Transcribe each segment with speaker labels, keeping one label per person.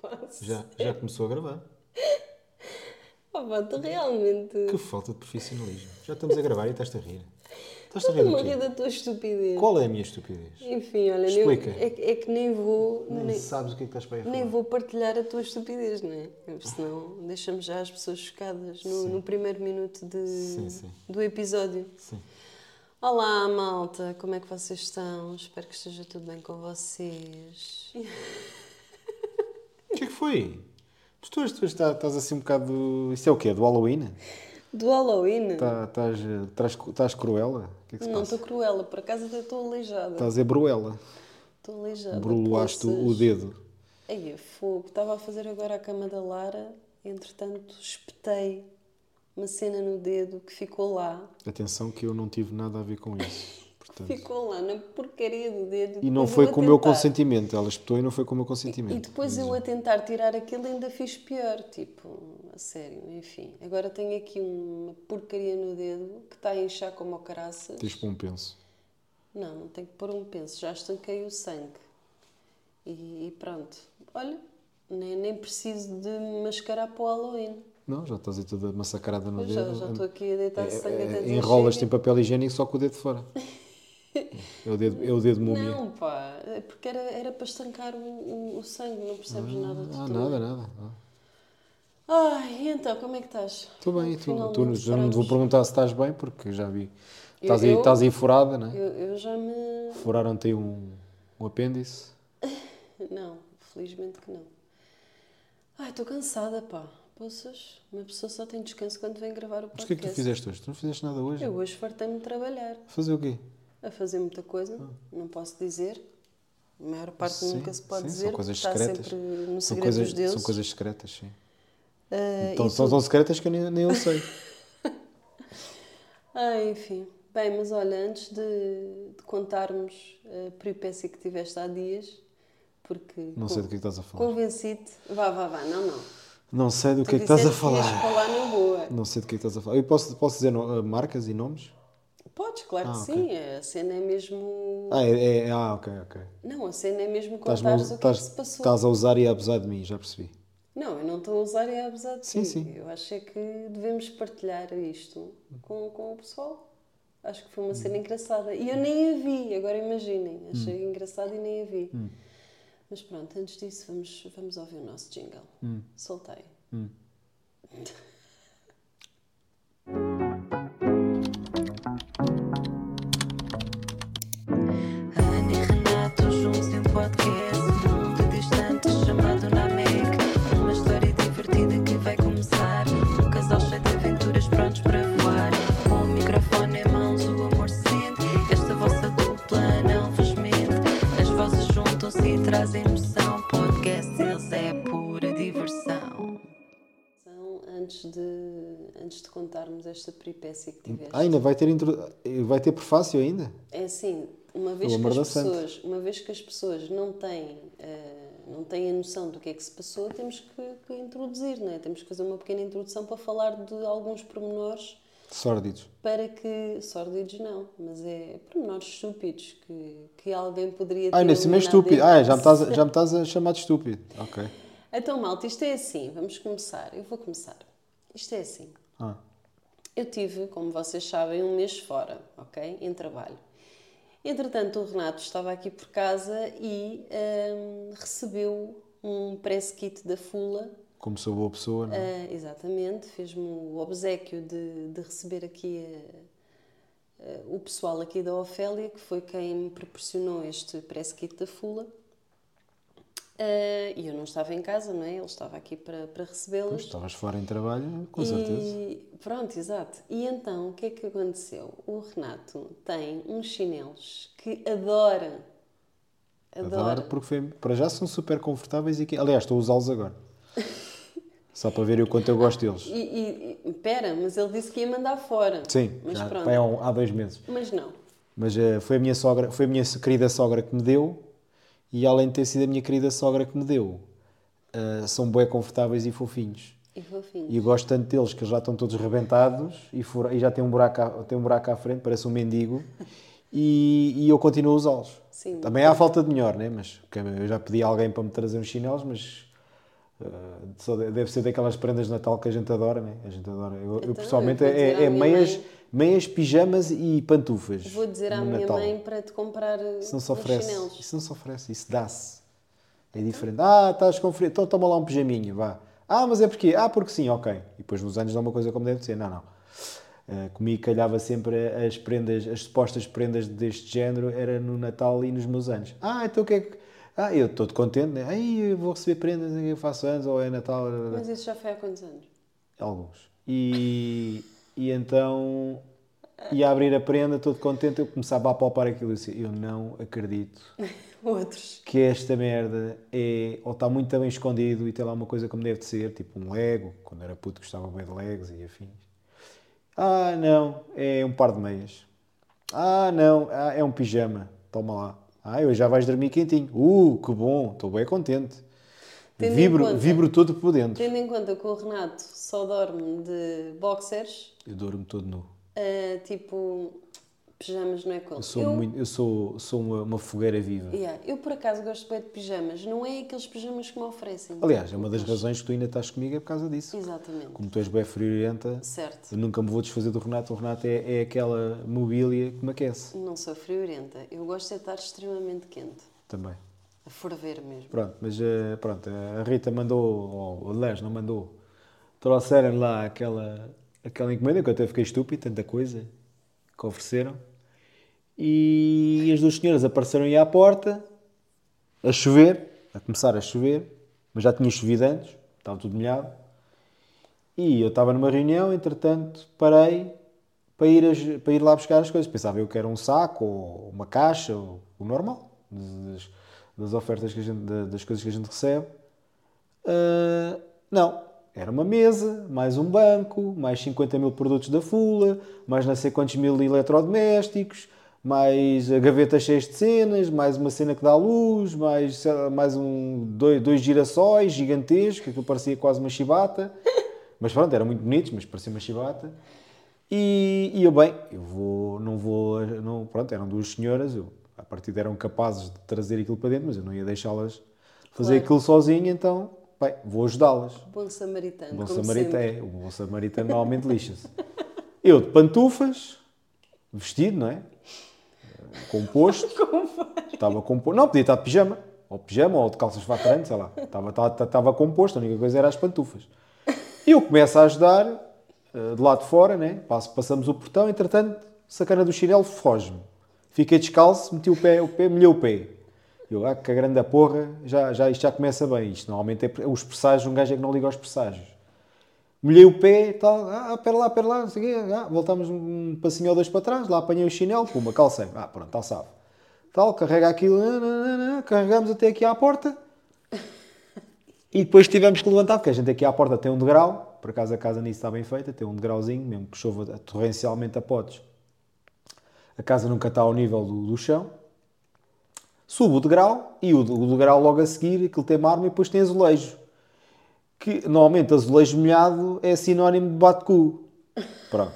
Speaker 1: posso.
Speaker 2: Já, já começou a gravar.
Speaker 1: Oh, pá, tu realmente.
Speaker 2: Que falta de profissionalismo. Já estamos a gravar e estás-te a rir. Estás-te
Speaker 1: Estou
Speaker 2: a rir
Speaker 1: me
Speaker 2: do
Speaker 1: a rir
Speaker 2: quê?
Speaker 1: da tua estupidez.
Speaker 2: Qual é a minha estupidez?
Speaker 1: Enfim, olha, nem-
Speaker 2: Explica.
Speaker 1: é, que- é que nem vou,
Speaker 2: Nem
Speaker 1: nem,
Speaker 2: sabes o que é que estás para aí a
Speaker 1: nem
Speaker 2: falar.
Speaker 1: vou partilhar a tua estupidez, não é? Porque Senão deixamos já as pessoas chocadas no, no primeiro minuto de,
Speaker 2: Sim, sim.
Speaker 1: do episódio.
Speaker 2: Sim.
Speaker 1: Olá, malta, como é que vocês estão? Espero que esteja tudo bem com vocês.
Speaker 2: O que é que foi? Tu, tu, tu estás, estás assim um bocado. Isso é o quê? Do Halloween?
Speaker 1: Do Halloween?
Speaker 2: Tá- Estás, eh, estás, estás cruela? O que é que se
Speaker 1: Não
Speaker 2: passa?
Speaker 1: estou cruela, por acaso até estou aleijada.
Speaker 2: Estás a bruela.
Speaker 1: Estou aleijada.
Speaker 2: Tá Brulaste
Speaker 1: poças.
Speaker 2: o dedo.
Speaker 1: Ai, é fogo. Estava a fazer agora a cama da Lara, entretanto espetei uma cena no dedo que ficou lá.
Speaker 2: Atenção que eu não tive nada a ver com isso. Portanto,
Speaker 1: Ficou lá na porcaria do dedo.
Speaker 2: e não
Speaker 1: depois
Speaker 2: foi
Speaker 1: eu a
Speaker 2: com o meu
Speaker 1: tentar-
Speaker 2: consentimento. Ela espetou e não foi com o meu
Speaker 1: E
Speaker 2: consentimento.
Speaker 1: depois eu a tentar tirar aquilo ainda fiz pior, tipo, a sério, enfim. Agora tenho aqui uma porcaria no dedo que está a inchar como o caraças.
Speaker 2: Tens para um penso.
Speaker 1: Não, não tenho que pôr um penso, já estanquei o sangue. E, e pronto. Olha, nem, nem preciso de me mascarar para o Halloween.
Speaker 2: Não, já estás aí toda massacrada no
Speaker 1: Pois já,
Speaker 2: dedo.
Speaker 1: já estou aqui a
Speaker 2: É,
Speaker 1: deitar sangue até dizer
Speaker 2: Enrolas-te em
Speaker 1: chega.
Speaker 2: papel higiênico só com o dedo de fora. É o dedo, é o dedo múmia.
Speaker 1: Não, pá, é porque era, era para estancar o, o- o sangue, não percebes nada de
Speaker 2: Ah,
Speaker 1: tudo.
Speaker 2: nada, nada. Ah.
Speaker 1: Ai, então, como é que estás?
Speaker 2: Estou bem, e tu,
Speaker 1: Finalmente
Speaker 2: tu já não te vou
Speaker 1: paramos.
Speaker 2: perguntar se estás bem, porque já vi.
Speaker 1: Eu-
Speaker 2: Estás aí,
Speaker 1: eu-
Speaker 2: estás aí furada, não é?
Speaker 1: Eu, eu já me.
Speaker 2: Furaram-te aí um, um apêndice.
Speaker 1: Não, felizmente que não. Ai, estou cansada, pá. Poças, uma pessoa só tem descanso quando vem gravar o
Speaker 2: Mas o que é
Speaker 1: podcast.
Speaker 2: que tu fizeste hoje? Tu não fizeste nada hoje?
Speaker 1: Eu hoje fartei-me de trabalhar,
Speaker 2: Fazer o quê?
Speaker 1: a fazer muita coisa, não posso dizer. A maior parte
Speaker 2: Ah. Sim,
Speaker 1: nunca se pode
Speaker 2: sim,
Speaker 1: dizer,
Speaker 2: São coisas
Speaker 1: está
Speaker 2: secretas.
Speaker 1: sempre no
Speaker 2: são,
Speaker 1: segredo
Speaker 2: coisas,
Speaker 1: dos deuses.
Speaker 2: são coisas secretas, sim.
Speaker 1: Ah,
Speaker 2: Então,
Speaker 1: e
Speaker 2: são tão secretas que eu nem, nem eu sei.
Speaker 1: Ah, enfim. Bem, mas olha, antes de, de contarmos a peripécia que tiveste há dias, porque
Speaker 2: Não sei do que é que estás a falar.
Speaker 1: convenci-te. Vá, vá, vá, não, não.
Speaker 2: Não sei do
Speaker 1: Tu
Speaker 2: que é que estás a
Speaker 1: disseste que ias
Speaker 2: falar.
Speaker 1: falar na boa.
Speaker 2: Não sei do que é que estás a falar. Eu posso, posso dizer no- eh, marcas e nomes?
Speaker 1: Podes, claro
Speaker 2: Ah,
Speaker 1: que
Speaker 2: ok.
Speaker 1: sim. A cena é mesmo.
Speaker 2: Ah, é, é- ah ok, ok.
Speaker 1: Não, a cena é mesmo
Speaker 2: Estás-me a
Speaker 1: contares
Speaker 2: us-
Speaker 1: o que é que
Speaker 2: estás-
Speaker 1: se passou.
Speaker 2: estás a usar e a abusar de mim, já percebi.
Speaker 1: Não, eu não estou a usar e a abusar de
Speaker 2: Sim,
Speaker 1: ti.
Speaker 2: sim.
Speaker 1: Eu acho é que devemos partilhar isto com, com o pessoal. Acho que foi uma
Speaker 2: Hum.
Speaker 1: cena engraçada. E eu nem a vi, agora imaginem. Achei engraçada e nem a vi.
Speaker 2: Hum.
Speaker 1: Mas pronto, antes disso, vamos, vamos ouvir o nosso jingle.
Speaker 2: Hum.
Speaker 1: Soltei.
Speaker 3: Ana e Renato juntos em um podcast Mundo distante chamado Namek Uma história divertida que vai começar Um casal cheio de aventuras prontos para voar Com o microfone em mãos o amor se sente Esta vossa dupla não vos mente As vozes juntam-se e trazem emoção Podcast eles é pura diversão
Speaker 1: Então, antes de, antes de contarmos esta peripécia que tiveste.
Speaker 2: Ah, ainda vai ter, intro... eh, vai ter prefácio ainda?
Speaker 1: É assim, uma vez, que
Speaker 2: amor
Speaker 1: as
Speaker 2: da santa.
Speaker 1: pessoas, uma vez que as pessoas não têm, eh, não têm a noção do que é que se passou, temos que, que introduzir, não é? Temos que fazer uma pequena introdução para falar de alguns pormenores
Speaker 2: Sórdidos.
Speaker 1: para que, sórdidos não, mas é pormenores estúpidos que, que alguém poderia ter
Speaker 2: Ah, ainda assim é
Speaker 1: eliminado
Speaker 2: estúpido. Ah, já me,
Speaker 1: dentro de
Speaker 2: estás, a- já me estás a chamar de estúpido. Ok.
Speaker 1: si. Então, malta, isto é assim, vamos começar. Eu vou começar. Isto é assim.
Speaker 2: Ah,
Speaker 1: Eu tive, como vocês sabem, um mês fora, ok? Em trabalho. Entretanto, o Renato estava aqui por casa e hum, recebeu um press kit da Fula.
Speaker 2: como sou boa pessoa, não é?
Speaker 1: Ah, exatamente, fez-me o obsequio de, de receber aqui eh, eh, o pessoal aqui da Ofélia, que foi quem me proporcionou este press kit da Fula. Ah, e eu não estava em casa, não é? Ele estava aqui para, para recebê-las.
Speaker 2: Estavas fora em trabalho, com certeza.
Speaker 1: Ah, E pronto, exato. E então, o que é que aconteceu? O Renato tem uns chinelos que adora. Adora.
Speaker 2: Adoro, porque foi- para já são super confortáveis e que... Aliás, estou a usá-los agora. Só para ver o quanto eu gosto deles.
Speaker 1: E, e, e- pera, mas ele disse que ia mandar fora.
Speaker 2: Sim,
Speaker 1: mas
Speaker 2: já
Speaker 1: pronto.
Speaker 2: vai há, um- há dois meses.
Speaker 1: Mas não.
Speaker 2: Mas eh, foi a minha sogra, foi a minha querida sogra que me deu, e além de ter sido a minha querida sogra que me deu, eh, são bué confortáveis e fofinhos.
Speaker 1: E fofinho.
Speaker 2: E eu gosto tanto deles que eles já estão todos rebentados e, fura- e já tem um, buraco à, tem um buraco à frente, parece um mendigo. E, e eu continuo a usá-los.
Speaker 1: Sim.
Speaker 2: Também há falta de melhor, né? Mas porque eu já pedi a alguém para me trazer uns chinelos, mas Uh, só de- deve ser daquelas prendas de Natal que a gente adora, né? A gente adora. Eu, eu,
Speaker 1: Então, eu
Speaker 2: pessoalmente
Speaker 1: vou
Speaker 2: é,
Speaker 1: dizer à
Speaker 2: é
Speaker 1: minha
Speaker 2: meias,
Speaker 1: mãe-
Speaker 2: meias, pijamas e pantufas.
Speaker 1: Vou dizer à
Speaker 2: no
Speaker 1: minha
Speaker 2: Natal.
Speaker 1: mãe para te comprar eh,
Speaker 2: Isso não
Speaker 1: uns
Speaker 2: se oferece.
Speaker 1: chinelos.
Speaker 2: Isso não se oferece. Isso dá-se. É diferente. Ah, estás com frio. Então toma lá um pijaminho, vá. Ah, mas é porque? Ah, porque sim, ok. E depois nos anos dá uma coisa como deve ser. Não, não. Ah, comigo calhava sempre as prendas, as supostas prendas deste género, era no Natal e nos meus anos. Ah, então o que é que. Ah, eu estou contente, né? Aí eu vou receber prendas, eu faço anos, ou é Natal.
Speaker 1: Mas isso já foi há quantos anos?
Speaker 2: Alguns. E, e então ia abrir a prenda, todo contente, eu começava a palpar aquilo e disse, eu não acredito
Speaker 1: Outros.
Speaker 2: que esta merda é, ou está muito bem escondido e tem lá uma coisa como deve de ser, tipo um Lego, quando era puto gostava bem de Legos e afins. Ah, não, é um par de meias. Ah, não, ah, é um pijama, toma lá. Ah, eu já vais dormir quentinho. Uh, que bom, estou bem contente.
Speaker 1: Tendo em
Speaker 2: Vibro,
Speaker 1: conta-
Speaker 2: vibro todo por dentro.
Speaker 1: Tendo em conta que o Renato só dorme de boxers,
Speaker 2: Eu durmo todo nu.
Speaker 1: eh, tipo, pijamas não é com
Speaker 2: Eu sou, muito- eu sou, sou uma, uma fogueira viva.
Speaker 1: Yeah, eu por acaso gosto bem de pijamas, não é aqueles pijamas que me oferecem.
Speaker 2: Aliás, é uma das razões que tu ainda estás comigo é por causa disso.
Speaker 1: Exatamente.
Speaker 2: Como tu és bem friorenta,
Speaker 1: Certo.
Speaker 2: eu nunca me vou desfazer do Renato. O Renato é, é aquela mobília que me aquece
Speaker 1: Não sou friorenta. Eu gosto de estar extremamente quente.
Speaker 2: também.
Speaker 1: A ferver mesmo.
Speaker 2: Pronto, mas eh, pronto, a Rita mandou, ou aliás, não mandou, trouxeram lá aquela, aquela encomenda que eu até fiquei estúpido, tanta coisa que ofereceram. E as duas senhoras apareceram aí à porta, a chover, a começar a chover, mas já tinha chovido antes, estava tudo molhado. E eu estava numa reunião, entretanto, parei para ir, as- para ir lá buscar as coisas. Pensava eu que era um saco ou uma caixa, ou o normal, das, das ofertas que a gente, da- das coisas que a gente recebe. Ah, não, era uma mesa, mais um banco, mais 50 mil produtos da Fula, mais não sei quantos mil eletrodomésticos, mais a gaveta cheia de cenas, mais uma cena que dá luz, mais, sei lá, mais um, dois, dois girassóis gigantescos, que parecia quase uma chibata. Mas pronto, eram muito bonitos, mas parecia uma chibata. E, e eu, bem, eu vou, não vou, não, pronto, eram duas senhoras, eu, a partir eram capazes de trazer aquilo para dentro, mas eu não ia deixá-las fazer
Speaker 1: Claro.
Speaker 2: aquilo sozinho, então, bem, vou ajudá-las.
Speaker 1: Bom samaritano,
Speaker 2: O bom
Speaker 1: como
Speaker 2: samaritano,
Speaker 1: sempre.
Speaker 2: é, o bom samaritano normalmente lixa-se. Eu de pantufas, vestido, não é? Eh, Composto. Estava composto. Não, podia estar de pijama. Ou pijama, ou de calças fatrantes, sei lá. Estava, estava, estava composto, a única coisa era as pantufas. Eu começo a ajudar, eh, de lá de fora, né? Passo, passamos o portão, entretanto, sacana do chinelo foge-me. Fiquei descalço, meti o pé, o pé, molhei o pé. Eu, ah, que a grande porra, já, já, isto já começa bem. Isto normalmente é os presságios, um gajo é que não liga aos presságios. Molhei o pé e tal, ah, pera lá, pera lá, não sei o quê, ah, voltámos um passinho ou dois para trás, lá apanhei o chinelo, puma, calcei, ah, pronto, está salvo. Tal, carrega aquilo, ah, nananana, carregamos até aqui à porta e depois tivemos que levantar, porque a gente aqui à porta tem um degrau, por acaso a casa nisso está bem feita, tem um degrauzinho, mesmo que chova torrencialmente a potes, a casa nunca está ao nível do, do chão. Subo o degrau e o, o degrau logo a seguir, aquilo tem mármore e depois tem azulejo que normalmente azulejo molhado é sinónimo de bate-cu. Pronto.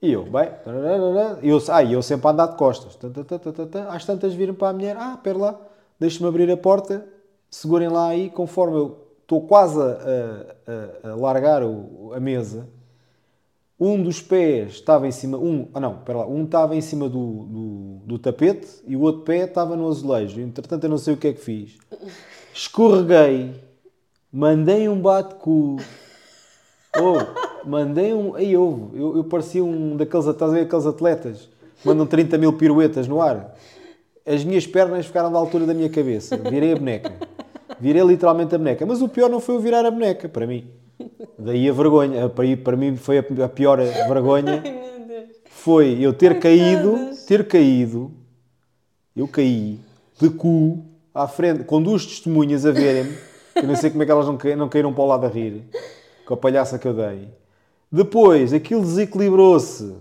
Speaker 2: E eu, bem, tararara, eu, ah, e eu sempre a andar de costas. Tã, tã, tã, tã, tã, tã. Às tantas viram para a mulher, ah, pera lá, deixa-me abrir a porta, segurem lá aí, conforme eu estou quase a, a- a- a largar o- a mesa, um dos pés estava em cima, um, ah não, pera lá, um estava em cima do, do, do tapete e o outro pé estava no azulejo. Entretanto, eu não sei o que é que fiz. Escorreguei, mandei um bate-cu. Oh, mandei um. Ei, houve. Eu, eu parecia um daqueles, estás a ver aqueles atletas que mandam 30 mil piruetas no ar. As minhas pernas ficaram da altura da minha cabeça. Virei a boneca. Virei literalmente a boneca. Mas o pior não foi eu virar a boneca, para mim. Daí a vergonha. Para, para mim foi a- a pior vergonha
Speaker 1: Ai, meu Deus.
Speaker 2: foi eu ter caído,
Speaker 1: Coitadas.
Speaker 2: ter caído, eu caí de cu à frente, com duas testemunhas a verem-me, que eu não sei como é que elas não, caí- não caíram para o lado a rir, com a palhaça que eu dei. Depois, aquilo desequilibrou-se.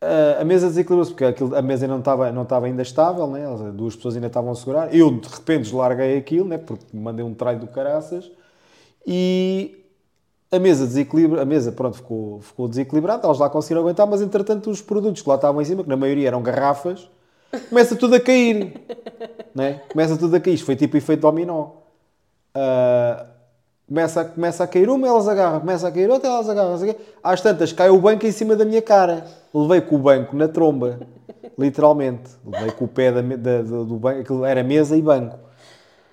Speaker 2: A- a mesa desequilibrou-se, porque aquilo- a mesa não estava, não estava ainda estável, né? Elas- duas pessoas ainda estavam a segurar. Eu, de repente, deslarguei aquilo, né? porque mandei um tralho do caraças. E a mesa desequilibra, a mesa pronto, ficou, ficou desequilibrada, elas lá conseguiram aguentar, mas entretanto os produtos que lá estavam em cima, que na maioria eram garrafas, começa tudo a cair. né? Começa tudo a cair. Isto foi tipo efeito dominó. Ah, começa, a- começa a cair uma, elas agarram, começa a cair outra, elas agarram. não sei o quê. Às tantas, cai o banco em cima da minha cara. Levei com o banco na tromba, literalmente. Levei com o pé da me- da- da- do banco, aquilo era mesa e banco.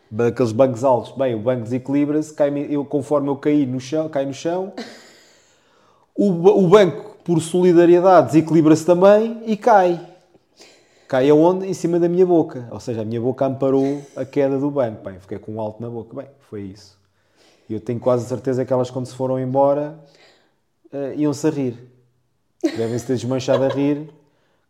Speaker 2: Daqueles bancos altos. Bem, o banco desequilibra-se, cai-me- eu, conforme eu caí no chão, cai no chão. O, ba- o banco, por solidariedade, desequilibra-se também e cai. Cai aonde? Em cima da minha boca. Ou seja, a minha boca amparou a queda do banco. Bem, fiquei com um alto na boca. Bem, foi isso. E eu tenho quase certeza que elas, quando se foram embora, eh, iam-se a rir. Devem-se ter desmanchado a rir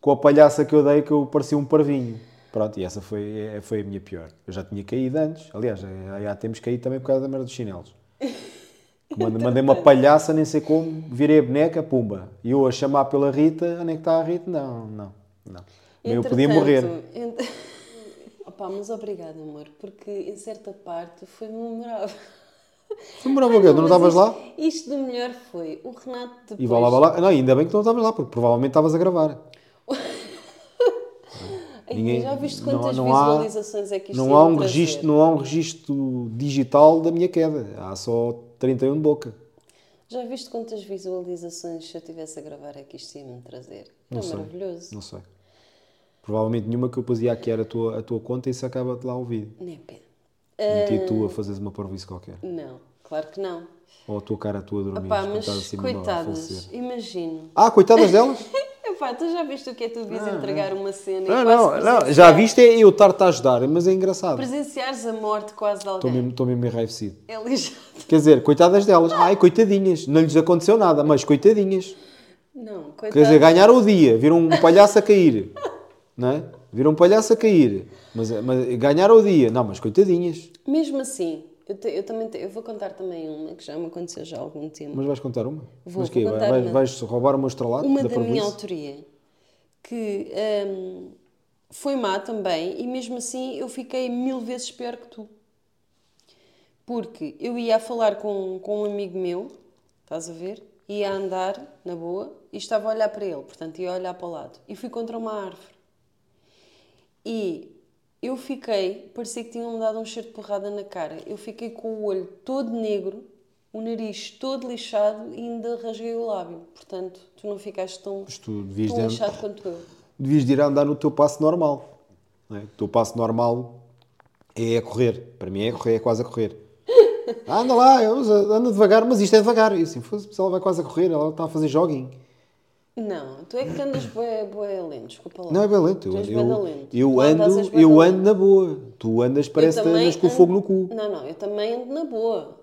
Speaker 2: com a palhaça que eu dei, que eu parecia um parvinho. Pronto, e essa foi, é- foi a minha pior. Eu já tinha caído antes. Aliás, eh, já, já temos caído também por causa da merda dos chinelos. Que manda- Mandei uma palhaça, nem sei como, virei a boneca, pumba. E eu a chamar pela Rita, onde é que está a Rita? Não, não, não. Eu podia morrer.
Speaker 1: ent- Opa, mas obrigada, amor, porque em certa parte foi memorável.
Speaker 2: Tu morava o quê? um Tu não
Speaker 1: mas
Speaker 2: estavas
Speaker 1: isto-
Speaker 2: lá?
Speaker 1: Isto do melhor foi o Renato depois.
Speaker 2: E vá lá, vá lá. Não, ainda bem que não estavas lá, porque provavelmente estavas a gravar.
Speaker 1: Ai,
Speaker 2: Ninguém-
Speaker 1: já viste
Speaker 2: não-
Speaker 1: quantas
Speaker 2: não há-
Speaker 1: visualizações é que isto
Speaker 2: Não
Speaker 1: ia
Speaker 2: há, um
Speaker 1: trazer?
Speaker 2: registro, não há um registro digital da minha queda. Há só 31 de boca.
Speaker 1: Já viste quantas visualizações se eu estivesse a gravar é que isto ia me trazer?
Speaker 2: Não
Speaker 1: Era
Speaker 2: sei.
Speaker 1: Ah, maravilhoso.
Speaker 2: Não sei. Provavelmente nenhuma que eu pus ia aqui era a tua, a tua conta e isso acaba-te lá o vídeo.
Speaker 1: Não é pena.
Speaker 2: Meti tu a fazeres uma parvoíce qualquer.
Speaker 1: Não, claro que não.
Speaker 2: Ou a tua cara tua dormir. assim
Speaker 1: Pá, mas coitadas, imagino.
Speaker 2: Ah, coitadas delas?
Speaker 1: Epá, tu já viste o que é tu vis entregar uma cena
Speaker 2: Ah, não,
Speaker 1: e quase
Speaker 2: não, não. Já
Speaker 1: presenciar-
Speaker 2: viste é eu estar-te a ajudar, mas é engraçado.
Speaker 1: Presenciares a morte quase de
Speaker 2: Estou
Speaker 1: alguém.
Speaker 2: mesmo, estou mesmo enraivecido.
Speaker 1: É lijado.
Speaker 2: Quer dizer, coitadas delas. Ai, coitadinhas. Não lhes aconteceu nada, mas coitadinhas.
Speaker 1: Não,
Speaker 2: Quer dizer,
Speaker 1: coitado.
Speaker 2: ganharam o dia, viram um palhaço a cair, não é? Viram um palhaço a cair, mas, mas ganharam o dia. Não, mas coitadinhas.
Speaker 1: Mesmo assim, eu, te- eu também te- eu vou contar também uma que já me aconteceu já há algum tempo.
Speaker 2: Mas vais contar uma?
Speaker 1: Vou,
Speaker 2: mas quê?
Speaker 1: vou
Speaker 2: Vai-
Speaker 1: contar
Speaker 2: vais,
Speaker 1: uma.
Speaker 2: vais roubar o meu estrelado
Speaker 1: uma
Speaker 2: da
Speaker 1: da minha
Speaker 2: Parvoíce?
Speaker 1: autoria que hum, foi má também e mesmo assim eu fiquei mil vezes pior que tu porque eu ia a falar com, com um amigo meu estás a ver ia a andar na boa e estava a olhar para ele portanto ia olhar para o lado e fui contra uma árvore e eu fiquei, parecia que tinham-me dado um cheiro de porrada na cara. Eu fiquei com o olho todo negro, o nariz todo lixado e ainda rasguei o lábio. Portanto, tu não ficaste tão,
Speaker 2: Mas tu devias
Speaker 1: tão
Speaker 2: de-
Speaker 1: lixado quanto eu.
Speaker 2: Devias de ir a andar no teu passo normal. não é? O teu passo normal é a correr. Para mim é a correr, é quase a correr. Ah, Anda lá, eu- anda devagar, mas isto é devagar. E assim, foda-se, ela vai quase a correr, ela está a fazer jogging.
Speaker 1: Não, tu é que andas bué, bué lento, desculpa lá.
Speaker 2: Não, é bem lento.
Speaker 1: Tu
Speaker 2: Eu,
Speaker 1: és
Speaker 2: eu,
Speaker 1: bué da lento.
Speaker 2: eu
Speaker 1: Tu andas, és
Speaker 2: ando,
Speaker 1: bué da
Speaker 2: eu
Speaker 1: lento.
Speaker 2: ando na boa. Tu andas, parece que
Speaker 1: também
Speaker 2: andas com o
Speaker 1: ando-
Speaker 2: fogo no cu.
Speaker 1: Não, não, eu também ando na boa.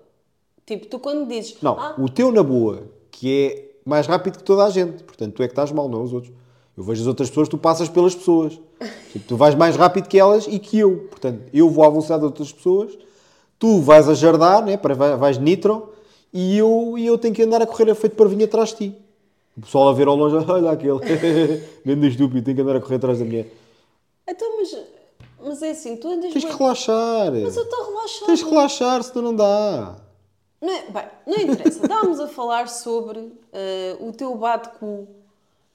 Speaker 1: Tipo, tu quando dizes...
Speaker 2: Não,
Speaker 1: "Ah,
Speaker 2: o teu na boa, que é mais rápido que toda a gente. Portanto, tu é que estás mal, não os outros. Eu vejo as outras pessoas, tu passas pelas pessoas. Tipo, tu vais mais rápido que elas e que eu. Portanto, eu vou à velocidade das outras pessoas, tu vais a jardar, né, para, vai- vais nitro, e eu, e eu tenho que andar a correr a feito para vir atrás de ti. O pessoal a ver ao longe, olha aquele, grande estúpido, tenho que andar a correr atrás da mulher.
Speaker 1: Então, mas, mas é assim, tu andas
Speaker 2: Tens
Speaker 1: bué-
Speaker 2: que relaxar.
Speaker 1: Mas eu estou relaxada.
Speaker 2: Tens que relaxar, senão não dá.
Speaker 1: Não, é- bem, não interessa. Estávamos a falar sobre eh, o teu bate-cu,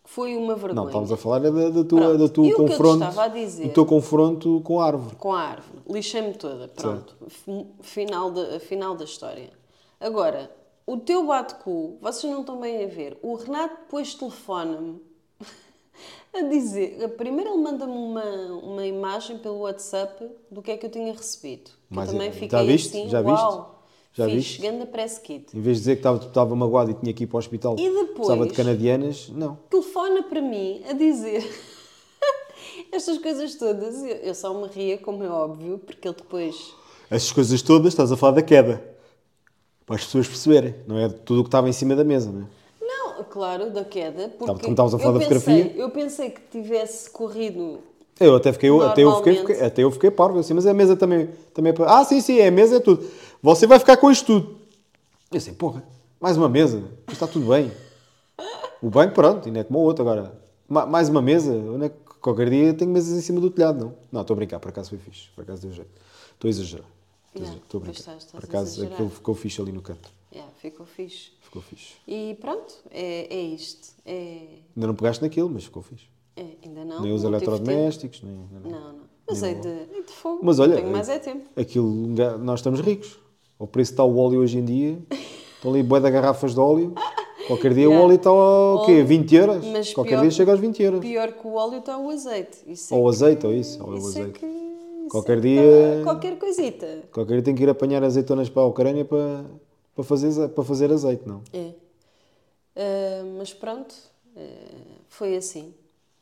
Speaker 1: que foi uma vergonha.
Speaker 2: Não, estamos a falar é da, da tua,
Speaker 1: Pronto,
Speaker 2: da
Speaker 1: e
Speaker 2: tua
Speaker 1: o que eu te
Speaker 2: confronto,
Speaker 1: estava a dizer?
Speaker 2: do teu confronto com a árvore.
Speaker 1: Com a árvore. Lixei-me toda. Pronto. F- Final, da final da história. Agora, o teu bate-cu, vocês não estão bem a ver. O Renato depois telefona-me a dizer. Primeiro ele manda-me uma, uma imagem pelo WhatsApp do que é que eu tinha recebido. Que
Speaker 2: Mas,
Speaker 1: eu também
Speaker 2: eh,
Speaker 1: fiquei
Speaker 2: já viste?
Speaker 1: assim,
Speaker 2: Já viste?
Speaker 1: uau.
Speaker 2: Já
Speaker 1: fiz,
Speaker 2: viste?
Speaker 1: ganda press kit.
Speaker 2: Em vez de dizer que estava, estava magoado e tinha que ir para o hospital,
Speaker 1: E depois?
Speaker 2: precisava de canadianas, não.
Speaker 1: telefona para mim a dizer estas coisas todas. Eu, eu só me ria, como é óbvio, porque ele depois.
Speaker 2: Essas coisas todas estás a falar da queda. Para as pessoas perceberem, não é de tudo o que estava em cima da mesa, não é?
Speaker 1: Não, claro, da queda, porque.
Speaker 2: como estávamos Então, a falar
Speaker 1: eu
Speaker 2: da
Speaker 1: pensei-
Speaker 2: fotografia.
Speaker 1: Eu pensei que tivesse corrido.
Speaker 2: Eu até fiquei, eu- até eu fiquei,
Speaker 1: Normalmente.
Speaker 2: fiquei- até eu fiquei parvo, assim, mas a mesa também, também é para... Ah, sim, sim, é a mesa, é tudo. Você vai ficar com isto tudo. Eu sei, porra, mais uma mesa, isto está tudo bem. O banco, pronto, ainda é como o outro agora. Ma- mais uma mesa, onde é que qualquer dia tenho mesas em cima do telhado, não? Não, estou a brincar, por acaso foi fixe, por acaso deu jeito. Estou a exagerar, estou a
Speaker 1: Não,
Speaker 2: exagerar, estou a
Speaker 1: pois
Speaker 2: brincar.
Speaker 1: estás, estás
Speaker 2: por
Speaker 1: a
Speaker 2: acaso
Speaker 1: exagerar.
Speaker 2: aquilo ficou fixe ali no canto,
Speaker 1: Yeah, ficou fixe.
Speaker 2: ficou fixe.
Speaker 1: E pronto, é, é isto. É,
Speaker 2: Ainda não pegaste naquilo, mas ficou fixe.
Speaker 1: é, ainda não.
Speaker 2: nem os
Speaker 1: não tive
Speaker 2: eletrodomésticos, nem...
Speaker 1: tempo. Não, não. Mas é de, é de fogo.
Speaker 2: Mas olha,
Speaker 1: Tenho mais é tempo.
Speaker 2: aquilo, um ga- nós estamos ricos. Ao preço que está o óleo hoje em dia, estão ali bué de garrafas de óleo. Qualquer dia o óleo está o quê?
Speaker 1: Óleo.
Speaker 2: 20 euros?
Speaker 1: Mas
Speaker 2: Qualquer
Speaker 1: pior-
Speaker 2: dia chega aos 20 euros.
Speaker 1: Pior que o óleo está o azeite. Isso
Speaker 2: Ou o
Speaker 1: é que-
Speaker 2: azeite, ou isso, ou o
Speaker 1: isso é
Speaker 2: azeite.
Speaker 1: que- isso
Speaker 2: Qualquer
Speaker 1: é que
Speaker 2: dia-
Speaker 1: tá- Qualquer coisita.
Speaker 2: Qualquer dia tem que ir apanhar azeitonas para a Ucrânia para, para, fazer, aze- para fazer azeite, não?
Speaker 1: É. Ah, mas pronto, ah, foi assim.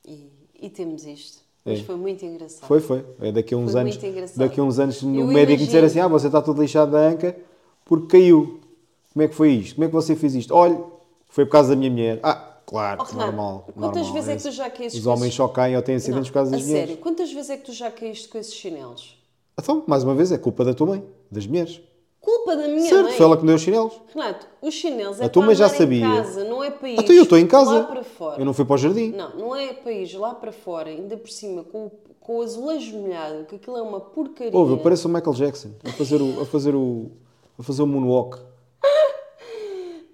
Speaker 1: E, e temos isto. Mas
Speaker 2: É.
Speaker 1: foi muito engraçado.
Speaker 2: Foi, foi. É daqui a uns
Speaker 1: Foi
Speaker 2: anos.
Speaker 1: muito engraçado.
Speaker 2: Daqui a uns anos o
Speaker 1: Eu
Speaker 2: médico me disser assim:
Speaker 1: imagino.
Speaker 2: ah, você está todo lixado da anca porque caiu. Como é que foi isto? Como é que você fez isto? Olha, foi por causa da minha mulher. Ah, claro,
Speaker 1: Oh, Renato,
Speaker 2: normal.
Speaker 1: quantas
Speaker 2: normal.
Speaker 1: vezes é que tu
Speaker 2: Esse-
Speaker 1: já caíste
Speaker 2: Os
Speaker 1: com
Speaker 2: homens
Speaker 1: esses-
Speaker 2: só caem ou têm
Speaker 1: Não,
Speaker 2: acidentes por causa das
Speaker 1: a
Speaker 2: mulheres.
Speaker 1: sério, quantas vezes é que tu já caíste com esses chinelos?
Speaker 2: Então, mais uma vez, é culpa da tua mãe, das mulheres.
Speaker 1: Culpa da minha
Speaker 2: certo,
Speaker 1: mãe.
Speaker 2: foi ela que me deu os chinelos.
Speaker 1: Renato, os chinelos é
Speaker 2: A tua
Speaker 1: para
Speaker 2: mãe já
Speaker 1: andar em
Speaker 2: sabia.
Speaker 1: casa, não é para ir
Speaker 2: Até Então, eu estou em casa.
Speaker 1: lá para fora.
Speaker 2: Eu não fui para o jardim.
Speaker 1: Não, não é país lá para fora, ainda por cima, com, o- com o azulejo molhado, que aquilo é uma porcaria.
Speaker 2: Ouve, eu pareço o Michael Jackson a fazer o, a fazer o, a fazer o moonwalk.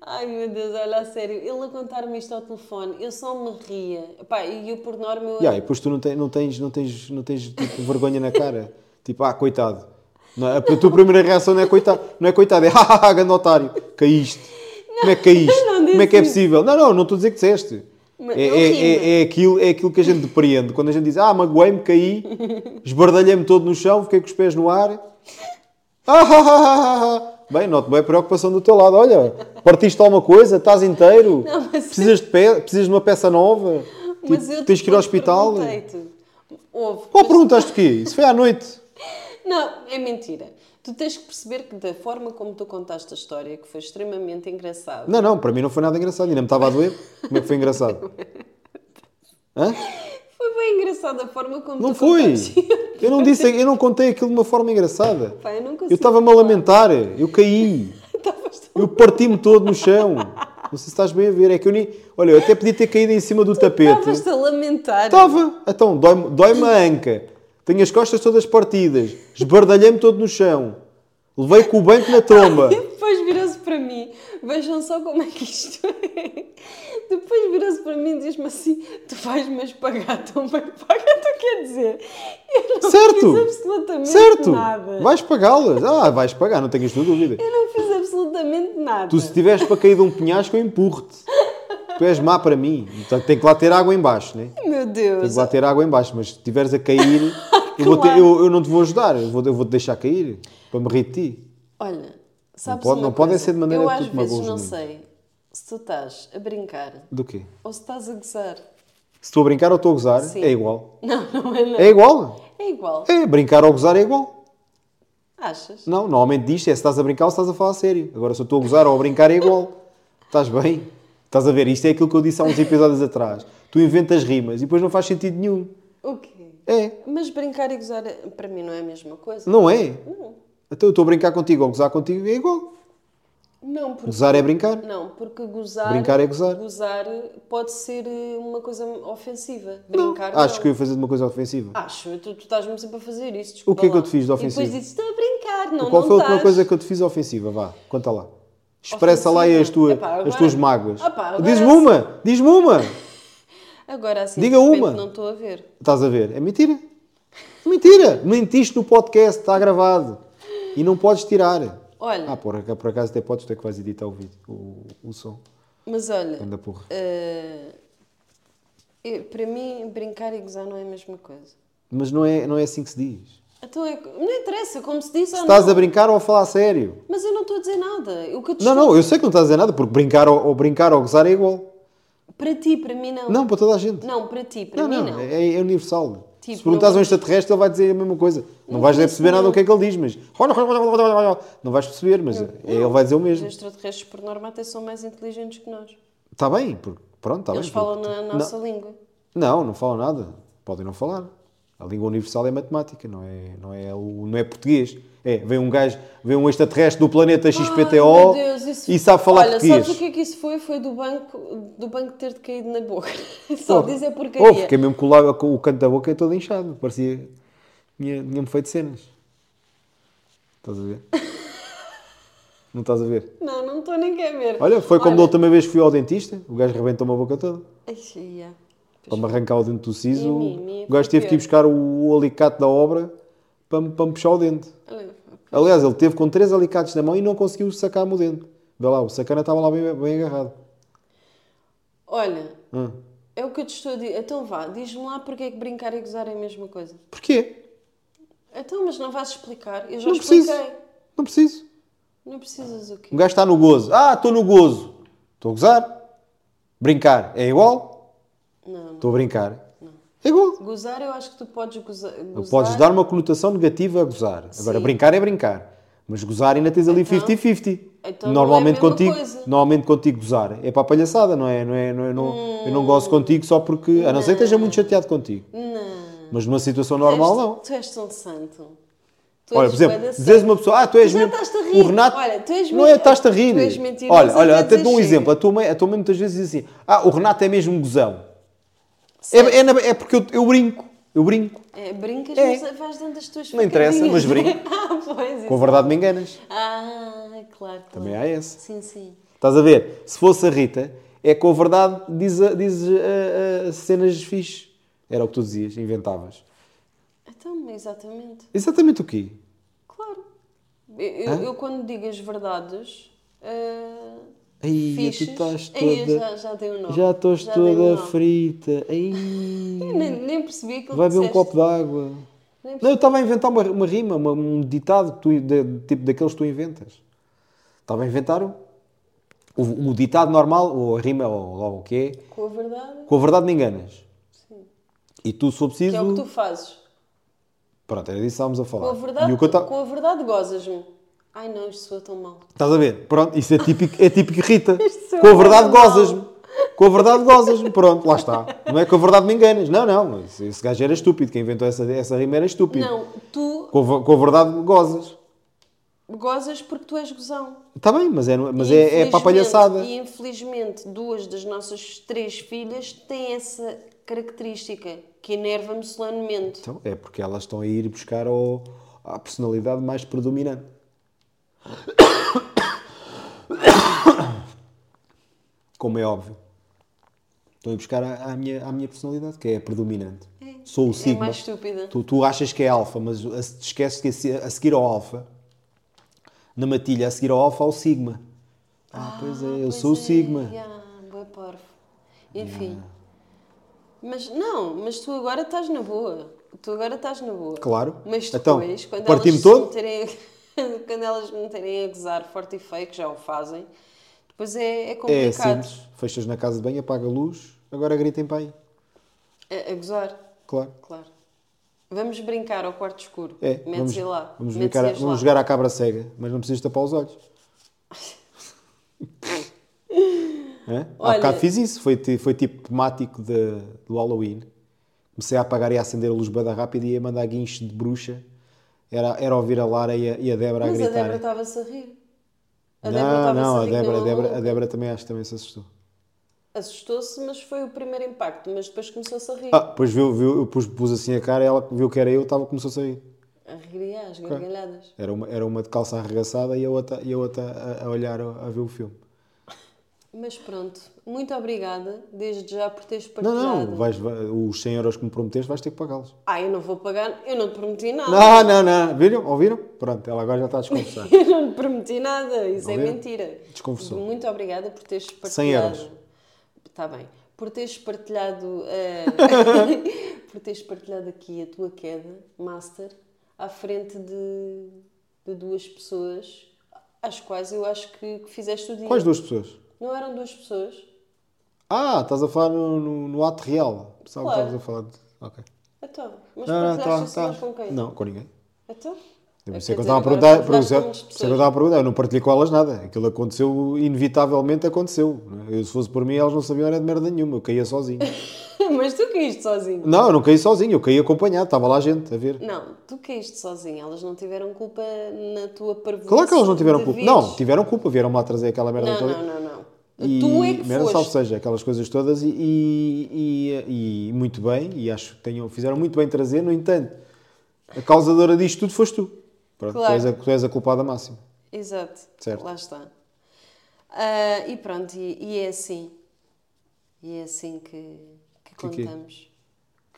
Speaker 1: Ai meu Deus, olha a sério, ele a contar-me isto ao telefone, eu só me ria. Pá, e eu por norma. Eu...
Speaker 2: Yeah, e depois tu não, te- não tens, não tens, não tens tipo, vergonha na cara. Tipo, ah, coitado. Não, é, a tua primeira reação não é coitado, não é coitado, é ah, ah, grande otário, caíste. Como é que caíste?
Speaker 1: não disse
Speaker 2: Como é que é
Speaker 1: isso.
Speaker 2: possível? Não, não, não estou a dizer que disseste.
Speaker 1: Mas
Speaker 2: É,
Speaker 1: eu
Speaker 2: é,
Speaker 1: ri-me.
Speaker 2: é, é aquilo, é aquilo que a gente depreende. Quando a gente diz, ah, magoei-me, caí, esbardalhei-me todo no chão, fiquei com os pés no ar. Ah, ah, ah, ah, ah, ah. Bem, noto bem a preocupação do teu lado. Olha, partiste alguma coisa, estás inteiro,
Speaker 1: Não, mas-
Speaker 2: precisas, de pe... precisas de uma peça nova,
Speaker 1: mas
Speaker 2: tipo,
Speaker 1: eu
Speaker 2: tens que ir ao hospital.
Speaker 1: perguntei-te. Ouve,
Speaker 2: Qual
Speaker 1: mas-
Speaker 2: perguntaste o quê? Isso foi à noite.
Speaker 1: Não, é mentira. Tu tens que perceber que da forma como tu contaste a história, que foi extremamente engraçado.
Speaker 2: Não, não, para mim não foi nada engraçado. Ainda me estava a doer. Como é que foi engraçado? Hã?
Speaker 1: Foi bem engraçada a forma como
Speaker 2: Não
Speaker 1: tu
Speaker 2: foi.
Speaker 1: contaste.
Speaker 2: Eu não, disse, eu não contei aquilo de uma forma engraçada.
Speaker 1: Pá, eu não
Speaker 2: Eu
Speaker 1: consigo.
Speaker 2: estava-me a lamentar. Eu caí.
Speaker 1: Estavas tão-
Speaker 2: Eu parti-me todo no chão. Não sei se estás bem a ver. É que eu nem... Olha, eu até podia ter caído em cima do tapete.
Speaker 1: Estavas-te a lamentar.
Speaker 2: Estava. Então, dói-me dói a anca. Tenho as costas todas partidas. Esbardalhei-me todo no chão. Levei com o banco na tromba.
Speaker 1: E depois virou-se para mim, vejam só como é que isto é. Depois virou-se para mim e diz-me assim: Tu vais-me pagar tão bem paga, é tu quer dizer? Eu não
Speaker 2: Certo.
Speaker 1: fiz absolutamente
Speaker 2: Certo!
Speaker 1: nada.
Speaker 2: Vais pagá-las. Ah, vais pagar, não tenhas nenhuma dúvida.
Speaker 1: Eu não fiz absolutamente nada.
Speaker 2: Tu, se tiveres para cair de um penhasco, eu empurro-te. Tu és má para mim. Então, tem que lá ter água em baixo, né?
Speaker 1: Meu
Speaker 2: Tem
Speaker 1: Deus.
Speaker 2: que lá ter água em baixo. Mas se estiveres a cair, eu, vou ter-
Speaker 1: Claro.
Speaker 2: eu- eu não te vou ajudar. Eu vou- eu vou-te deixar cair para me rir de ti.
Speaker 1: Olha, sabes
Speaker 2: pode-
Speaker 1: uma
Speaker 2: não pode
Speaker 1: coisa?
Speaker 2: ser de maneira
Speaker 1: Eu
Speaker 2: que tu
Speaker 1: às
Speaker 2: te
Speaker 1: vezes
Speaker 2: magoes
Speaker 1: não
Speaker 2: muito.
Speaker 1: sei se tu estás a brincar
Speaker 2: Do quê?
Speaker 1: ou se estás a gozar.
Speaker 2: Se estou a brincar ou estou a gozar,
Speaker 1: Sim.
Speaker 2: é igual.
Speaker 1: Não, não é nada.
Speaker 2: É igual.
Speaker 1: É igual.
Speaker 2: É, brincar ou gozar é igual.
Speaker 1: Achas?
Speaker 2: Não, normalmente diz é se estás a brincar ou se estás a falar a sério. Agora, se eu estou a gozar ou a brincar, é igual. Estás bem? Estás a ver? Isto é aquilo que eu disse há uns episódios atrás. Tu inventas rimas e depois não faz sentido nenhum.
Speaker 1: O quê?
Speaker 2: É.
Speaker 1: Mas brincar e gozar é- para mim não é a mesma coisa?
Speaker 2: Não é?
Speaker 1: Não.
Speaker 2: Então eu estou a brincar contigo ou gozar contigo é igual.
Speaker 1: Não, porque
Speaker 2: Gozar é brincar.
Speaker 1: Não, porque gozar.
Speaker 2: Brincar é gozar.
Speaker 1: Gozar pode ser eh, uma coisa ofensiva. Brincar não. Ah,
Speaker 2: Acho que eu ia fazer de uma coisa ofensiva.
Speaker 1: Acho, tu, tu estás-me sempre a fazer isso.
Speaker 2: O que é que
Speaker 1: desculpa
Speaker 2: eu te fiz de
Speaker 1: lá.
Speaker 2: ofensivo?
Speaker 1: E depois disse, estou a brincar, não,
Speaker 2: Qual
Speaker 1: não
Speaker 2: foi a última
Speaker 1: estás.
Speaker 2: coisa que eu te fiz ofensiva? Vá, conta lá. Expressa lá aí as,
Speaker 1: Ofensiva?
Speaker 2: tua-
Speaker 1: Epá, agora-
Speaker 2: as tuas mágoas.
Speaker 1: Epá, agora
Speaker 2: Diz-me
Speaker 1: assim-
Speaker 2: uma! Diz-me uma!
Speaker 1: Agora assim,
Speaker 2: Diga
Speaker 1: de repente,
Speaker 2: uma.
Speaker 1: não estou a ver.
Speaker 2: Estás a ver? É mentira. É mentira! Mentiste no podcast, está gravado. E não podes tirar.
Speaker 1: Olha.
Speaker 2: Ah, por, aca- por acaso até podes, tu é que vais editar o vídeo, o, o som.
Speaker 1: Mas olha,
Speaker 2: Anda porra.
Speaker 1: eh, eu- para mim, brincar e gozar não é a mesma coisa.
Speaker 2: Mas não é, não é assim que se diz.
Speaker 1: Então é, não interessa, como se diz
Speaker 2: Se
Speaker 1: ou
Speaker 2: estás
Speaker 1: não.
Speaker 2: a brincar ou a falar a sério.
Speaker 1: Mas eu não estou a dizer nada. O que eu te
Speaker 2: Não,
Speaker 1: estou-
Speaker 2: não, eu sei que não estás a dizer nada, porque brincar ou, ou brincar ou gozar é igual.
Speaker 1: Para ti, para mim não.
Speaker 2: Não, para toda a gente.
Speaker 1: Não, para ti, para
Speaker 2: Não,
Speaker 1: mim
Speaker 2: não,
Speaker 1: não.
Speaker 2: É, é universal.
Speaker 1: Tipo,
Speaker 2: Se perguntares a
Speaker 1: não-
Speaker 2: um extraterrestre, ele vai dizer a mesma coisa. Não, vais
Speaker 1: conheço
Speaker 2: perceber nada
Speaker 1: nenhum.
Speaker 2: do que é que ele diz, mas. Não vais perceber, mas é- ele vai dizer o
Speaker 1: Os
Speaker 2: mesmo.
Speaker 1: extraterrestres, por norma, até são mais inteligentes que nós.
Speaker 2: Está Tá bem, porque. Pronto, está
Speaker 1: Eles
Speaker 2: bem.
Speaker 1: falam
Speaker 2: porque-
Speaker 1: na nossa língua.
Speaker 2: Não, não, não falam nada. Podem não falar. A língua universal é matemática, não é, não é, o- não é português. É, vem um gajo, vem um extraterrestre do planeta XPTO
Speaker 1: Ai, meu Deus, isso-
Speaker 2: e sabe falar
Speaker 1: Olha,
Speaker 2: português.
Speaker 1: sabes o que é que isso foi? Foi do banco, do banco ter-te caído na boca. Só
Speaker 2: Porra.
Speaker 1: diz é porcaria.
Speaker 2: Oh, fiquei mesmo com o, lábio- com o canto da boca todo inchado. Parecia. Tinha- Tinha-me feito cenas. Estás a ver? Não estás a ver?
Speaker 1: Não, não estou nem quer ver.
Speaker 2: Olha, foi como da
Speaker 1: Olha,
Speaker 2: última vez que fui ao dentista, o gajo rebentou-me a boca toda.
Speaker 1: ai, ia.
Speaker 2: Para me arrancar o dente do siso,
Speaker 1: E a mim, a mim
Speaker 2: o
Speaker 1: foi
Speaker 2: gajo teve que ir
Speaker 1: pior.
Speaker 2: buscar o, o alicate da obra para me, para me puxar o dente.
Speaker 1: Olha,
Speaker 2: Aliás, ele teve com três alicates na mão e não conseguiu sacar-me o dente. Vê lá, o sacana estava lá bem, bem agarrado.
Speaker 1: Olha,
Speaker 2: Hum.
Speaker 1: é o que eu te estou a dizer. Então vá, diz-me lá porque é que brincar e gozar é a mesma coisa.
Speaker 2: Porquê?
Speaker 1: Então, mas não vais explicar. Eu já
Speaker 2: Não
Speaker 1: expliquei.
Speaker 2: preciso. Não preciso.
Speaker 1: Não precisas o quê?
Speaker 2: Um gajo está no gozo. Ah, estou no gozo. Estou a gozar. Brincar é igual?
Speaker 1: Não, não.
Speaker 2: Estou a brincar. É igual.
Speaker 1: Gozar, eu acho que tu podes goza- gozar.
Speaker 2: Podes dar uma conotação negativa a gozar. Agora,
Speaker 1: Sim.
Speaker 2: brincar é brincar. Mas gozar ainda tens ali
Speaker 1: Então-
Speaker 2: 50-50.
Speaker 1: então não é a
Speaker 2: normalmente,
Speaker 1: mesma
Speaker 2: contigo,
Speaker 1: coisa.
Speaker 2: normalmente contigo gozar é para a palhaçada, não é? Não é, não é- não- Eu não
Speaker 1: Hum.
Speaker 2: gozo contigo só porque. A não ser que esteja muito chateado contigo.
Speaker 1: Não.
Speaker 2: Mas numa situação normal,
Speaker 1: tu és,
Speaker 2: não.
Speaker 1: Tu és tão santo. Tu
Speaker 2: Olha,
Speaker 1: és
Speaker 2: por exemplo,
Speaker 1: bué da
Speaker 2: dizes uma pessoa, ah, tu és
Speaker 1: Já
Speaker 2: mesmo.
Speaker 1: estás-te a
Speaker 2: O
Speaker 1: rir.
Speaker 2: Renato.
Speaker 1: Olha, tu és
Speaker 2: não
Speaker 1: menti-
Speaker 2: é, estás-te a rir.
Speaker 1: Tu és mentiroso,
Speaker 2: olha, olha,
Speaker 1: até
Speaker 2: até te dou um
Speaker 1: chega.
Speaker 2: exemplo. A tua, mãe, a tua mãe muitas vezes diz assim: ah, o Renato é mesmo gozão. É,
Speaker 1: Certo.
Speaker 2: é na- é porque eu, eu brinco. Eu brinco.
Speaker 1: É, brincas,
Speaker 2: É.
Speaker 1: mas vais dando as tuas
Speaker 2: Não interessa,
Speaker 1: facadinhas.
Speaker 2: mas brinco.
Speaker 1: ah, pois,
Speaker 2: Com a
Speaker 1: isso.
Speaker 2: verdade me enganas.
Speaker 1: Ah, claro, claro.
Speaker 2: Também há esse.
Speaker 1: Sim, sim.
Speaker 2: Estás a ver? Se fosse a Rita, é com a verdade diz, a- diz a- a- a cenas fixe. Era o que tu dizias, inventavas.
Speaker 1: Então, exatamente.
Speaker 2: Exatamente o quê?
Speaker 1: Claro. Eu, eu- eu quando digo as verdades. ah,
Speaker 2: Aí, é tu
Speaker 1: fixes-
Speaker 2: estás
Speaker 1: Aí,
Speaker 2: toda-
Speaker 1: já, já dei o nome.
Speaker 2: Já estou
Speaker 1: dei o
Speaker 2: toda
Speaker 1: nome.
Speaker 2: frita. Ai,
Speaker 1: Eu Nem, nem percebi aquilo
Speaker 2: vai
Speaker 1: que
Speaker 2: ver um
Speaker 1: disseste.
Speaker 2: copo d'água.
Speaker 1: Nem
Speaker 2: Não, eu estava a inventar uma, uma rima, uma- um ditado que tu- de- tipo daqueles que tu inventas. Estava a inventar um. O, o ditado normal, ou a rima, ou lá o que é,
Speaker 1: Com a verdade,
Speaker 2: com a verdade me enganas.
Speaker 1: sim.
Speaker 2: E tu, se for preciso.
Speaker 1: Que é o que tu fazes.
Speaker 2: Pronto, era disso que estávamos a falar.
Speaker 1: Com a verdade,
Speaker 2: E o que eu ta-
Speaker 1: com a verdade gozas-me. Ai não, isto soa tão mal.
Speaker 2: Estás a ver? Pronto, isso é típico, é típico Rita.
Speaker 1: Isto é
Speaker 2: Com a verdade
Speaker 1: normal.
Speaker 2: gozas-me. Com a verdade gozas-me. Pronto, lá está. Não é com a verdade me enganas. Não, não. Esse, esse gajo era estúpido. Quem inventou essa, essa rima era estúpido.
Speaker 1: Não, tu
Speaker 2: Com, a ver- com a verdade gozas.
Speaker 1: gozas porque tu és gozão.
Speaker 2: Está bem, mas é, mas
Speaker 1: E
Speaker 2: é, é para a
Speaker 1: infelizmente-
Speaker 2: palhaçada.
Speaker 1: E infelizmente duas das nossas três filhas têm essa característica que enerva-me solenemente.
Speaker 2: Então, é porque elas estão a ir buscar ao, à personalidade mais predominante. Como é óbvio. Estão a ir buscar à, à minha, à minha personalidade, que é a predominante. Sou o
Speaker 1: É
Speaker 2: sigma.
Speaker 1: mais estúpida.
Speaker 2: Tu, tu achas que é alfa, mas a- te esqueces que a se- a seguir ao alfa, na matilha, a seguir ao alfa, há o sigma. Ah, pois é, eu
Speaker 1: Pois
Speaker 2: sou o
Speaker 1: é,
Speaker 2: sigma.
Speaker 1: yeah, bué parvo. Enfim. Mas não, mas tu agora estás na boa. Tu agora estás na boa.
Speaker 2: Claro.
Speaker 1: Mas
Speaker 2: Então,
Speaker 1: depois, quando, elas
Speaker 2: parti-me
Speaker 1: se
Speaker 2: todo?
Speaker 1: meterem, quando elas me meterem a gozar forte e feio, que já o fazem, depois é, é
Speaker 2: É
Speaker 1: complicado
Speaker 2: simples. Fechas na casa de banho, apaga a luz, agora gritem para aí.
Speaker 1: a, a gozar,
Speaker 2: Claro.
Speaker 1: claro. Vamos brincar ao quarto escuro.
Speaker 2: É,
Speaker 1: Metes aí lá.
Speaker 2: Vamos,
Speaker 1: metes
Speaker 2: brincar-
Speaker 1: eles
Speaker 2: vamos
Speaker 1: lá.
Speaker 2: jogar à cabra cega, mas não precisas tapar os olhos. Hã? Há
Speaker 1: Olha-
Speaker 2: bocado fiz isso, foi, ti- foi tipo temático de, do Halloween. Comecei a apagar e a acender a luz bada rápida e a mandar guincho de bruxa. Era, era ouvir a Lara e a, e a Débora
Speaker 1: Mas
Speaker 2: a
Speaker 1: a Débora
Speaker 2: gritarem.
Speaker 1: estava-se a rir. A Débora assim, tipo,
Speaker 2: não,
Speaker 1: estava-se
Speaker 2: não,
Speaker 1: a rir
Speaker 2: a
Speaker 1: que nem
Speaker 2: Débora, a
Speaker 1: uma
Speaker 2: Débora, a
Speaker 1: maluca.
Speaker 2: Débora também acho que também se assustou.
Speaker 1: Assustou-se, mas foi o primeiro impacto. Mas depois começou-se a rir.
Speaker 2: Ah, depois viu, viu, eu pus, pus assim a cara, ela viu que era eu, estava começou a sair.
Speaker 1: A rir e às gargalhadas.
Speaker 2: Era uma, era uma de calça arregaçada e a outra, e a, outra a, a olhar a, a ver o filme.
Speaker 1: Mas pronto, muito obrigada desde já por teres
Speaker 2: Não,
Speaker 1: partilhado.
Speaker 2: não, vais, vai- os 100 euros que me prometeste vais ter que pagá-los.
Speaker 1: Ah, eu não vou pagar, eu não te prometi nada.
Speaker 2: Não, não, não. Viram? Ouviram? Pronto, ela agora já está a desconversar.
Speaker 1: Eu não te prometi nada, isso é
Speaker 2: Não é?
Speaker 1: mentira.
Speaker 2: Desconversou.
Speaker 1: Muito obrigada por teres partilhado.
Speaker 2: 100 euros.
Speaker 1: Está bem. Por teres partilhado, eh, por teres partilhado aqui a tua queda, Master, à frente de, de duas pessoas, às quais eu acho que, que fizeste o dia.
Speaker 2: Quais duas pessoas?
Speaker 1: Não eram duas pessoas?
Speaker 2: Ah, estás a falar no, no, no ato real. Pensava que
Speaker 1: Claro.
Speaker 2: estavas a falar de. Ok.
Speaker 1: Então, mas
Speaker 2: Não, não,
Speaker 1: partilhaste
Speaker 2: tá,
Speaker 1: isso mais
Speaker 2: tá.
Speaker 1: com quem?
Speaker 2: Não, com ninguém.
Speaker 1: Então?
Speaker 2: Eu
Speaker 1: Quer
Speaker 2: sei que
Speaker 1: dizer,
Speaker 2: eu estava a
Speaker 1: agora
Speaker 2: perguntar, por
Speaker 1: partilhaste
Speaker 2: isso é
Speaker 1: com
Speaker 2: por
Speaker 1: muitas
Speaker 2: isso é que eu estava a perguntar, eu não partilhei com elas nada. Aquilo aconteceu, inevitavelmente aconteceu. não é? Eu, se fosse por mim, elas não sabiam era de merda nenhuma, eu caía sozinho.
Speaker 1: Mas tu caíste sozinho.
Speaker 2: não, eu não caí sozinho, eu caí acompanhado, estava lá gente a ver.
Speaker 1: Não, tu caíste sozinho. Elas não tiveram culpa na tua parvoíce.
Speaker 2: Claro que elas não tiveram
Speaker 1: de
Speaker 2: culpa.
Speaker 1: vires.
Speaker 2: Não, tiveram culpa, vieram-me lá trazer aquela merda
Speaker 1: Não,
Speaker 2: toda.
Speaker 1: não, não, não.
Speaker 2: E,
Speaker 1: tu é que
Speaker 2: merda,
Speaker 1: foste.
Speaker 2: salvo seja, aquelas coisas todas e, e- e- e muito bem, e acho que tenham, fizeram muito bem trazer, no entanto, a causadora disto tudo foste tu. Pronto,
Speaker 1: Claro.
Speaker 2: tu, és a, tu és a culpada máxima.
Speaker 1: Exato.
Speaker 2: Certo.
Speaker 1: Lá está. Ah, e pronto, e, e é assim. E é assim que, que
Speaker 2: Que quê?
Speaker 1: contamos.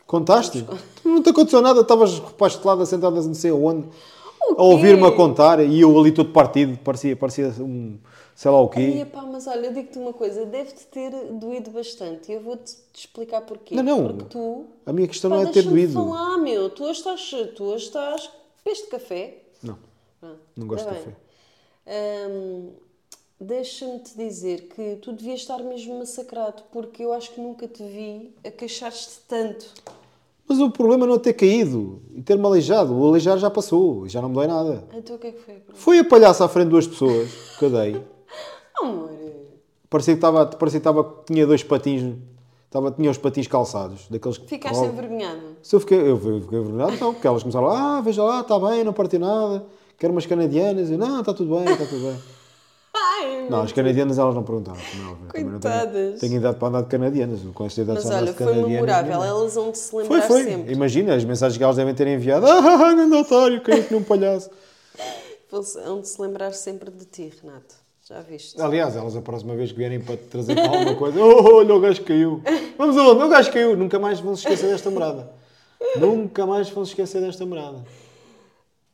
Speaker 2: Contaste? Tu Não te aconteceu nada, estavas repastelada, sentada não sei aonde.
Speaker 1: o quê?
Speaker 2: a ouvir-me a contar e eu ali todo partido, parecia, parecia um sei lá o
Speaker 1: Ai,
Speaker 2: quê.
Speaker 1: pá, mas olha, eu digo-te uma coisa, deve-te ter doído bastante e eu vou-te explicar porquê.
Speaker 2: Não, não.
Speaker 1: Porque tu.
Speaker 2: A minha questão
Speaker 1: Pá,
Speaker 2: não é ter
Speaker 1: deixa-me
Speaker 2: doído.
Speaker 1: falar, meu. Tu hoje estás. Tu hoje estás. Peste café.
Speaker 2: Não,
Speaker 1: Pronto,
Speaker 2: não gosto
Speaker 1: tá
Speaker 2: de
Speaker 1: bem.
Speaker 2: café.
Speaker 1: Hum, Deixa-me te dizer que tu devias estar mesmo massacrado, porque eu acho que nunca te vi a queixar-te tanto.
Speaker 2: Mas o problema é não ter caído e ter-me aleijado. O aleijar já passou, já não me dói nada.
Speaker 1: Então o que é que foi? Bruno?
Speaker 2: Foi a palhaça à frente de duas pessoas que eu dei.
Speaker 1: Oh, Amor,
Speaker 2: Parecia que, estava, parecia que estava, tinha dois patins, estava, tinha os patins calçados, daqueles que
Speaker 1: ficaste
Speaker 2: rolam.
Speaker 1: envergonhado.
Speaker 2: Se eu fiquei, eu fiquei envergonhado, não, porque elas começaram, ah, veja lá, está bem, não parti nada, quero umas canadianas, eu, não, está tudo bem, está tudo bem.
Speaker 1: Ai,
Speaker 2: Não, as canadianas elas não perguntaram, como é óbvio, eu também não tenho-
Speaker 1: Coitadas.
Speaker 2: Tenho idade para andar de canadianas, eu com esta idade
Speaker 1: mas
Speaker 2: já andar
Speaker 1: olha,
Speaker 2: de
Speaker 1: foi
Speaker 2: canadianas,
Speaker 1: memorável.
Speaker 2: ninguém.
Speaker 1: Elas vão-te se
Speaker 2: Foi,
Speaker 1: lembrar
Speaker 2: foi,
Speaker 1: sempre.
Speaker 2: imagina as mensagens que elas devem ter enviado, ah, grande otário, caiu que um palhaço.
Speaker 1: Vão-te se lembrar sempre de ti, Renato. Já viste?
Speaker 2: Aliás, elas a próxima vez que vierem para te trazer cá alguma coisa, oh, olha, o gajo caiu. Vamos aonde? O gajo caiu. Nunca mais vão se esquecer desta morada. Nunca mais vão se esquecer desta morada.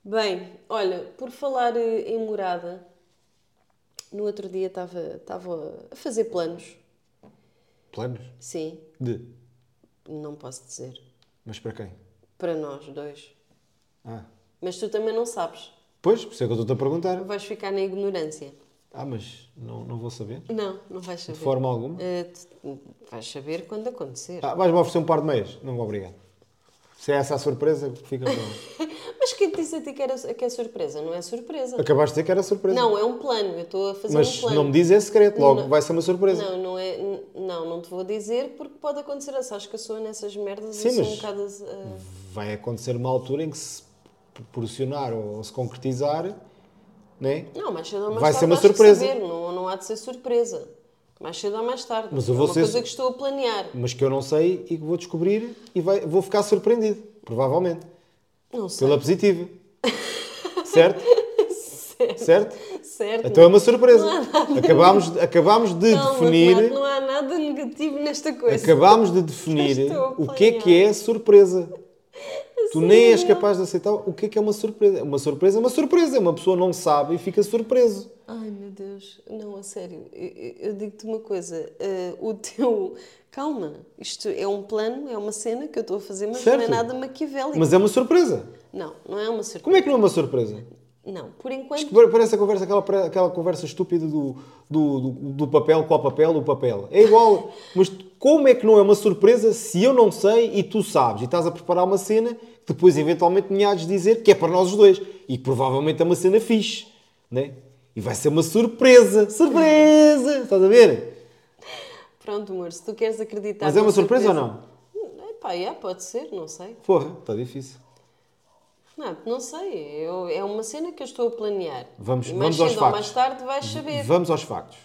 Speaker 1: Bem, olha, por falar eh, em morada, no outro dia estava estava a fazer planos.
Speaker 2: Planos?
Speaker 1: Sim,
Speaker 2: De?
Speaker 1: não posso dizer.
Speaker 2: Mas para quem?
Speaker 1: Para nós dois.
Speaker 2: Ah,
Speaker 1: Mas tu também não sabes.
Speaker 2: pois, por isso é que eu estou-te a perguntar.
Speaker 1: Vais ficar na ignorância.
Speaker 2: Ah, mas não, não vou saber?
Speaker 1: Não, não vais saber.
Speaker 2: De forma alguma?
Speaker 1: Eh, tu- vais saber quando acontecer.
Speaker 2: Ah, vais-me oferecer um par de meias? Não, obrigado. Se é essa a surpresa, fica para lá.
Speaker 1: Mas quem te disse a ti que, era, que é surpresa? Não é surpresa.
Speaker 2: Acabaste de dizer que era surpresa.
Speaker 1: Não, é um plano. Eu estou a fazer um
Speaker 2: mas
Speaker 1: plano.
Speaker 2: não me diz esse secreto, logo
Speaker 1: Não.
Speaker 2: vai ser uma surpresa.
Speaker 1: Não, não é. n- Não, não te vou dizer porque pode acontecer. Ah, Sabes que eu sou nessas merdas
Speaker 2: Sim,
Speaker 1: eu sou
Speaker 2: mas-
Speaker 1: um bocado. ah,
Speaker 2: vai acontecer uma altura em que se proporcionar ou, ou se concretizar, né?
Speaker 1: Não, mais cedo ou mais
Speaker 2: Vai
Speaker 1: tarde.
Speaker 2: ser uma
Speaker 1: vais
Speaker 2: surpresa.
Speaker 1: saber, Não, não há de ser surpresa. Mais cedo ou mais tarde.
Speaker 2: Mas eu vou
Speaker 1: é uma
Speaker 2: ser-
Speaker 1: coisa que estou a planear.
Speaker 2: mas que eu não sei e que vou descobrir e vai- vou ficar surpreendido, provavelmente,
Speaker 1: Não sei.
Speaker 2: pela positiva. certo? Certo?
Speaker 1: Certo.
Speaker 2: Então é uma surpresa.
Speaker 1: Não há nada.
Speaker 2: Acabámos, acabámos de
Speaker 1: Calma, Renato,
Speaker 2: definir,
Speaker 1: Não há nada negativo nesta coisa.
Speaker 2: acabámos de definir
Speaker 1: Estou a
Speaker 2: o que é que é surpresa. Tu nem és capaz de aceitar o que é que é uma surpresa. Uma surpresa é uma surpresa, uma pessoa não sabe e fica surpreso.
Speaker 1: Ai meu Deus, não, a sério, eu, eu- eu digo-te uma coisa, eh, o teu. Calma, isto é um plano, é uma cena que eu estou a fazer, mas não é
Speaker 2: Certo.
Speaker 1: nada maquiavélico.
Speaker 2: Mas é uma surpresa.
Speaker 1: Não, não é uma surpresa.
Speaker 2: Como é que não é uma surpresa?
Speaker 1: Não, por enquanto.
Speaker 2: Isto Parece a conversa, aquela, aquela conversa estúpida do, do, do, do papel com o papel, o papel. É igual, mas como é que não é uma surpresa se eu não sei e tu sabes? E estás a preparar uma cena que depois eventualmente me hás de dizer que é para nós os dois. E que provavelmente é uma cena fixe, né? E vai ser uma surpresa. Surpresa! Estás a ver?
Speaker 1: Pronto, amor, se tu queres acreditar.
Speaker 2: Mas é
Speaker 1: na
Speaker 2: uma surpresa ou não?
Speaker 1: É pá, é, pode ser, não sei.
Speaker 2: Porra, está difícil.
Speaker 1: Renato, não sei, eu- é uma cena que eu estou a planear.
Speaker 2: Vamos-
Speaker 1: e mais
Speaker 2: vamos aos
Speaker 1: cedo ou
Speaker 2: factos.
Speaker 1: mais tarde vais saber.
Speaker 2: Vamos aos factos.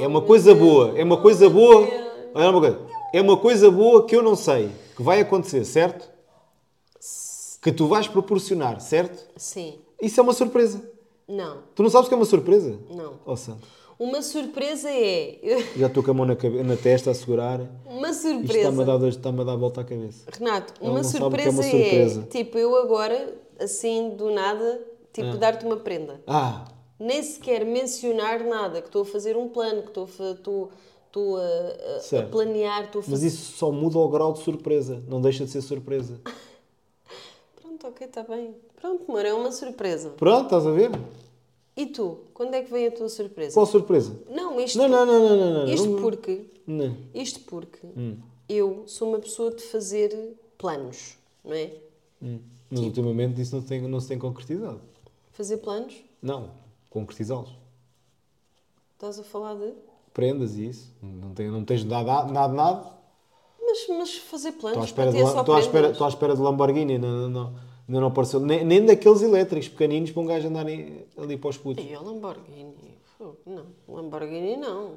Speaker 2: É uma coisa boa, é uma coisa boa. Olha uma coisa. É uma coisa boa que eu não sei, que vai acontecer, certo? Que tu vais proporcionar, certo?
Speaker 1: Sim,
Speaker 2: Isso é uma surpresa.
Speaker 1: não,
Speaker 2: Tu não sabes o que é uma surpresa?
Speaker 1: não.
Speaker 2: Oh santo.
Speaker 1: Uma surpresa é.
Speaker 2: Já estou com a mão na, cabe- na testa a segurar.
Speaker 1: Uma
Speaker 2: Isto
Speaker 1: surpresa.
Speaker 2: está-me a, dar, dois- está-me a dar a volta à cabeça.
Speaker 1: Renato,
Speaker 2: Ele
Speaker 1: uma
Speaker 2: não sabe o que é
Speaker 1: surpresa,
Speaker 2: uma
Speaker 1: é
Speaker 2: surpresa.
Speaker 1: tipo eu agora, assim do nada, tipo
Speaker 2: É.
Speaker 1: dar-te uma prenda.
Speaker 2: Ah,
Speaker 1: Nem sequer mencionar nada, que estou a fazer um plano, que estou a fa- estou- estou a, a- a
Speaker 2: Certo.
Speaker 1: planear, estou a fazer.
Speaker 2: mas isso só muda o grau de surpresa. Não deixa de ser surpresa.
Speaker 1: Pronto, ok, está bem. Pronto, amor, é uma surpresa.
Speaker 2: Pronto, estás a ver?
Speaker 1: E tu, quando é que vem a tua surpresa?
Speaker 2: Qual surpresa?
Speaker 1: Não, isto,
Speaker 2: Não, não, não, não, não. não.
Speaker 1: isto
Speaker 2: não,
Speaker 1: porque,
Speaker 2: não.
Speaker 1: isto porque
Speaker 2: Hum.
Speaker 1: eu sou uma pessoa de fazer planos, não é?
Speaker 2: Hum. Mas ultimamente isso não, tem, não se tem concretizado.
Speaker 1: Fazer planos?
Speaker 2: Não, concretizá-los.
Speaker 1: Estás a falar de.
Speaker 2: Prendas e isso. Não, tem, não tens nada, nada, nada.
Speaker 1: Mas, mas fazer planos.
Speaker 2: Estou à
Speaker 1: para
Speaker 2: espera, de,
Speaker 1: ti é
Speaker 2: la-
Speaker 1: só
Speaker 2: estou à espera,
Speaker 1: prendas.
Speaker 2: estou à espera de Lamborghini. Não, não, não, ainda não apareceu. Nem, nem daqueles elétricos pequeninos para um gajo andar em- ali para os putos.
Speaker 1: E a Lamborghini? Fogo, Não, Lamborghini não.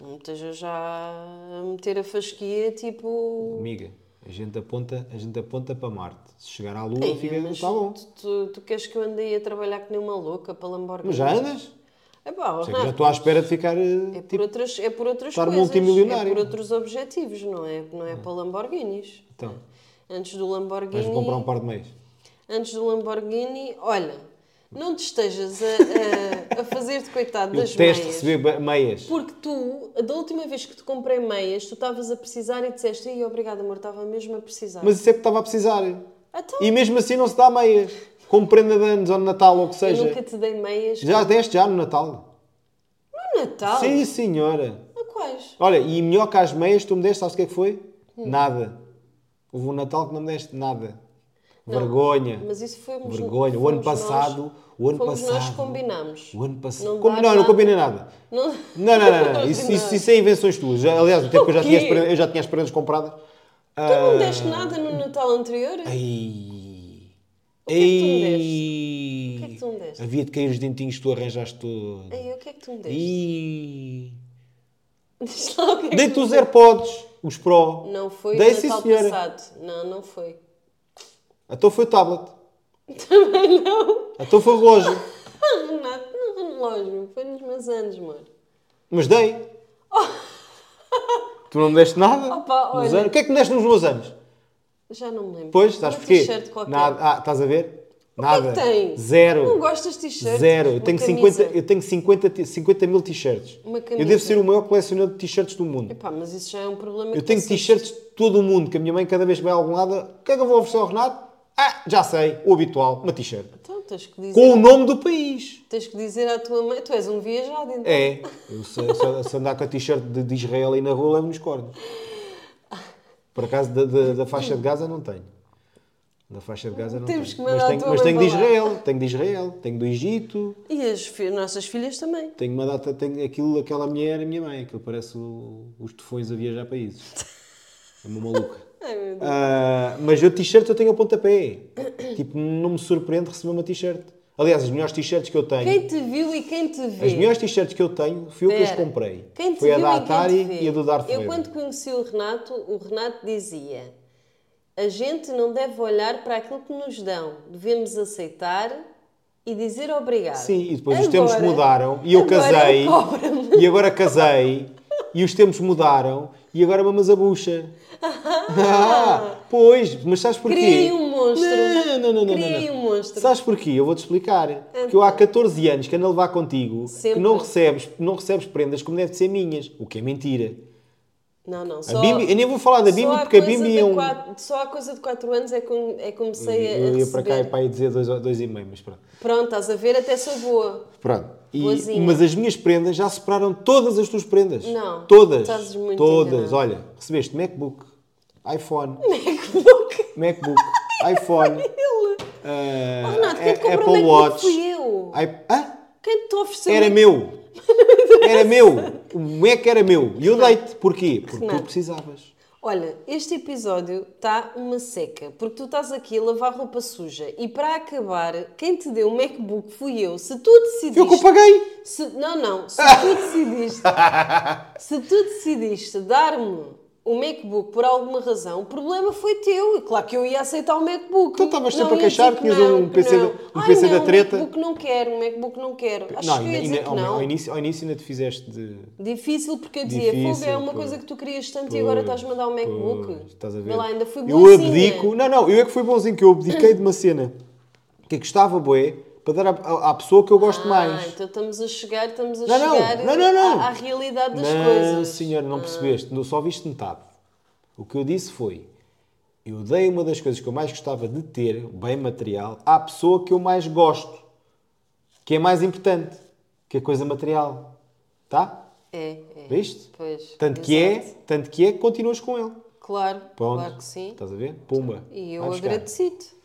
Speaker 1: Não me esteja já a meter a fasquia tipo.
Speaker 2: Amiga, a gente aponta, a gente aponta para Marte. Se chegar à Lua,
Speaker 1: Ei,
Speaker 2: fica,
Speaker 1: mas
Speaker 2: está tá bom.
Speaker 1: Tu, tu, tu queres que eu ande aí a trabalhar que nem uma louca para Lamborghini?
Speaker 2: Mas já andas?
Speaker 1: É pá,
Speaker 2: Sei que já
Speaker 1: Renato,
Speaker 2: estou à espera de ficar. eh,
Speaker 1: é, por
Speaker 2: tipo,
Speaker 1: outras, é por outras
Speaker 2: estar
Speaker 1: coisas.
Speaker 2: multimilionário.
Speaker 1: É por outros objetivos, não é? Não é para Lamborghinis.
Speaker 2: então,
Speaker 1: Antes do
Speaker 2: vais um
Speaker 1: Lamborghini.
Speaker 2: comprar um par de meias.
Speaker 1: antes do Lamborghini, olha, não te estejas a, a, a fazer de coitado
Speaker 2: Eu
Speaker 1: das
Speaker 2: detesto
Speaker 1: meias.
Speaker 2: receber ba- meias.
Speaker 1: Porque tu, da última vez que te comprei meias, tu estavas a precisar e disseste, Ei, obrigado amor, estava mesmo a precisar.
Speaker 2: Mas isso é que estava a precisar.
Speaker 1: Então,
Speaker 2: E mesmo assim não se dá meias. Como prenda de anos ou no Natal ou o que
Speaker 1: eu
Speaker 2: seja.
Speaker 1: nunca te dei meias.
Speaker 2: Já deste já no Natal?
Speaker 1: No Natal?
Speaker 2: Sim, senhora.
Speaker 1: A quais?
Speaker 2: Olha, e melhor que às meias, tu me deste, sabes o que é que foi?
Speaker 1: Hum.
Speaker 2: Nada. Houve um Natal que não me deste nada.
Speaker 1: Não,
Speaker 2: Vergonha.
Speaker 1: Mas isso foi
Speaker 2: Vergonha. O ano passado. o ano
Speaker 1: fomos
Speaker 2: passado.
Speaker 1: nós que combinámos.
Speaker 2: O ano passado.
Speaker 1: Não
Speaker 2: Como-
Speaker 1: dar
Speaker 2: não, não
Speaker 1: nada.
Speaker 2: combinei nada.
Speaker 1: Não,
Speaker 2: Não, não, não. não.
Speaker 1: Não
Speaker 2: Isso,
Speaker 1: combinei.
Speaker 2: isso, isso é invenções tuas. Já- aliás, o tempo que eu já
Speaker 1: quê?
Speaker 2: tinha, as prendas- eu já tinha as prendas compradas.
Speaker 1: Tu
Speaker 2: Ah.
Speaker 1: não deste nada no Natal anterior?
Speaker 2: Ei.
Speaker 1: que é que tu me deste? O que
Speaker 2: Ei.
Speaker 1: é que tu me deste?
Speaker 2: Havia de cair os dentinhos que tu arranjaste tudo.
Speaker 1: Ei, o que é que tu me deste?
Speaker 2: Ei.
Speaker 1: Diz lá o que é que
Speaker 2: Dei-te
Speaker 1: tu me
Speaker 2: os AirPods, os Pro.
Speaker 1: deste. Não foi
Speaker 2: Dei,
Speaker 1: o
Speaker 2: sim,
Speaker 1: Natal
Speaker 2: senhora.
Speaker 1: passado. Não, não foi.
Speaker 2: Então foi o tablet.
Speaker 1: Também não.
Speaker 2: Então foi o relógio.
Speaker 1: Renato, não relógio. Foi nos meus anos, amor.
Speaker 2: Mas dei. Tu não me deste nada?
Speaker 1: Oh. Opa,
Speaker 2: Nos
Speaker 1: olha.
Speaker 2: anos- O que é que me deste nos meus anos?
Speaker 1: Já não me lembro.
Speaker 2: Pois, estás
Speaker 1: Uma
Speaker 2: porquê?
Speaker 1: t-shirt qualquer.
Speaker 2: Nada. Ah, estás a ver? Nada.
Speaker 1: O que é que tem? Não
Speaker 2: Zero.
Speaker 1: gostas de t-shirts?
Speaker 2: Zero. Eu
Speaker 1: Uma
Speaker 2: tenho,
Speaker 1: camisa?
Speaker 2: 50, eu tenho 50, ti- 50 mil t-shirts.
Speaker 1: Uma
Speaker 2: Eu devo
Speaker 1: camisa.
Speaker 2: ser o maior colecionador de t-shirts do mundo.
Speaker 1: Epá, mas isso já é um problema
Speaker 2: Eu
Speaker 1: que
Speaker 2: tenho
Speaker 1: tu sei.
Speaker 2: t-shirts de todo o mundo, que a minha mãe cada vez que vai a algum lado, o que é que eu vou oferecer ao Renato? Ah, já sei, o habitual, uma t-shirt.
Speaker 1: Então, tens que,
Speaker 2: Com
Speaker 1: dizer,
Speaker 2: o nome do país.
Speaker 1: tens que dizer à tua mãe. Tu és um viajado, então.
Speaker 2: É, eu se, se- se andar com a t-shirt de, de Israel aí na rua, levo nos cornos. Por acaso, da, da- da faixa de Gaza não tenho. Da faixa de Gaza não
Speaker 1: Temos que
Speaker 2: tenho.
Speaker 1: mandar
Speaker 2: mas
Speaker 1: a
Speaker 2: tenho,
Speaker 1: tua
Speaker 2: mas
Speaker 1: mãe
Speaker 2: tenho de
Speaker 1: para lá.
Speaker 2: Israel, tenho de Israel, tenho do Egito,
Speaker 1: E as fi- nossas filhas também.
Speaker 2: tenho uma data, tenho aquilo, aquela mulher, a minha mãe, aquilo parece o- os tufões a viajar países. É uma maluca.
Speaker 1: Ai, meu Deus.
Speaker 2: Ah, mas eu t-shirt eu tenho a pontapé. Tipo, não me surpreende receber uma t-shirt. Aliás, as melhores t-shirts que eu tenho.
Speaker 1: Quem te viu e quem te vê?
Speaker 2: As melhores t-shirts que eu tenho fui eu que as
Speaker 1: Espera.
Speaker 2: comprei.
Speaker 1: Quem te
Speaker 2: Foi a
Speaker 1: viu
Speaker 2: da
Speaker 1: e quem te
Speaker 2: Atari
Speaker 1: vê?
Speaker 2: e a do Darth
Speaker 1: Eu
Speaker 2: Vader.
Speaker 1: quando conheci o Renato, o Renato dizia a gente não deve olhar para aquilo que nos dão. Devemos aceitar e dizer obrigado.
Speaker 2: Sim, e depois os
Speaker 1: Agora-
Speaker 2: tempos mudaram e eu
Speaker 1: agora
Speaker 2: casei.
Speaker 1: ele cobra-me.
Speaker 2: E agora casei e os tempos mudaram e agora é mamas a bucha. Ah, pois, mas sabes porquê?
Speaker 1: Criei um monstro.
Speaker 2: Não, não, não, não.
Speaker 1: Criei
Speaker 2: não, não.
Speaker 1: um monstro. Então.
Speaker 2: Sabes porquê? Eu vou-te explicar. Porque eu há 14 anos que ando a levar contigo
Speaker 1: Sempre.
Speaker 2: que não recebes, não recebes prendas como devem ser minhas, o que é mentira.
Speaker 1: Não, não,
Speaker 2: A
Speaker 1: só...
Speaker 2: Bimbi- eu nem vou falar da
Speaker 1: só
Speaker 2: Bimbi
Speaker 1: há
Speaker 2: porque a
Speaker 1: coisa
Speaker 2: Bimbi
Speaker 1: de
Speaker 2: é um.
Speaker 1: quatro- só há coisa de 4 anos é que eu- é que comecei a, a
Speaker 2: Eu ia
Speaker 1: receber.
Speaker 2: para cá e para aí dizer dois, dois e meio, mas pronto.
Speaker 1: Pronto, estás a ver, até sou boa.
Speaker 2: Pronto. E-
Speaker 1: Boazinha.
Speaker 2: mas as minhas prendas já superaram todas as tuas prendas.
Speaker 1: Não.
Speaker 2: Todas.
Speaker 1: Estás muito
Speaker 2: todas.
Speaker 1: enganado.
Speaker 2: Olha, recebeste MacBook, iPhone,
Speaker 1: MacBook.
Speaker 2: MacBook, iPhone,
Speaker 1: Ele.
Speaker 2: eh,
Speaker 1: Oh, Renato, quem te
Speaker 2: a-
Speaker 1: comprou
Speaker 2: Apple
Speaker 1: o MacBook
Speaker 2: Watch.
Speaker 1: fui eu.
Speaker 2: i- Hã?
Speaker 1: Quem te ofereceu? um
Speaker 2: Era meu. Era meu. O Mac era meu. E eu dei-te. Porquê? Porque tu
Speaker 1: Renato.
Speaker 2: precisavas.
Speaker 1: Olha, este episódio está uma seca, porque tu estás aqui a lavar roupa suja e para acabar, quem te deu o MacBook fui eu. Se tu decidiste.
Speaker 2: Eu que eu paguei.
Speaker 1: Se- não, não. Se tu decidiste. se tu decidiste dar-me o MacBook por alguma razão, o problema foi teu. E claro que eu ia aceitar o MacBook.
Speaker 2: Tu Então estavas sempre
Speaker 1: Não
Speaker 2: a
Speaker 1: ia dizer
Speaker 2: queixar,
Speaker 1: que
Speaker 2: tinhas
Speaker 1: não,
Speaker 2: um
Speaker 1: que
Speaker 2: PC
Speaker 1: não.
Speaker 2: da- um
Speaker 1: Ai,
Speaker 2: PC da
Speaker 1: não,
Speaker 2: treta.
Speaker 1: O MacBook não quero, o MacBook não quero. Acho que eu ia
Speaker 2: ainda-
Speaker 1: dizer que
Speaker 2: ao,
Speaker 1: não.
Speaker 2: ao início, ao início ainda te fizeste de.
Speaker 1: Difícil porque eu dizia,
Speaker 2: Difícil,
Speaker 1: fogo é uma
Speaker 2: pois.
Speaker 1: coisa que tu querias tanto e
Speaker 2: Pois,
Speaker 1: agora estás-me a dar um MacBook.
Speaker 2: pois, estás a ver?
Speaker 1: Vê lá, ainda fui
Speaker 2: Eu
Speaker 1: boazinha.
Speaker 2: abdico. Não, não, eu é que fui bonzinho, que eu abdiquei de uma cena que gostava, boé, para dar à, à- à pessoa que eu gosto
Speaker 1: Ah,
Speaker 2: mais.
Speaker 1: então estamos a chegar, estamos a
Speaker 2: Não, não,
Speaker 1: chegar
Speaker 2: não, não, não.
Speaker 1: À, à realidade é das
Speaker 2: não,
Speaker 1: coisas. Ah.
Speaker 2: senhor, não percebeste. não- Só viste metade. O que eu disse foi: eu dei uma das coisas que eu mais gostava de ter, bem material, à pessoa que eu mais gosto, que é mais importante que a coisa material. Tá?
Speaker 1: É, é.
Speaker 2: Viste?
Speaker 1: Pois.
Speaker 2: Tanto que, é,
Speaker 1: exato.
Speaker 2: tanto que é que continuas com ele.
Speaker 1: Claro,
Speaker 2: Pronto.
Speaker 1: claro que sim.
Speaker 2: Estás a ver? Pumba.
Speaker 1: E eu
Speaker 2: vai buscar.
Speaker 1: agradeci-te.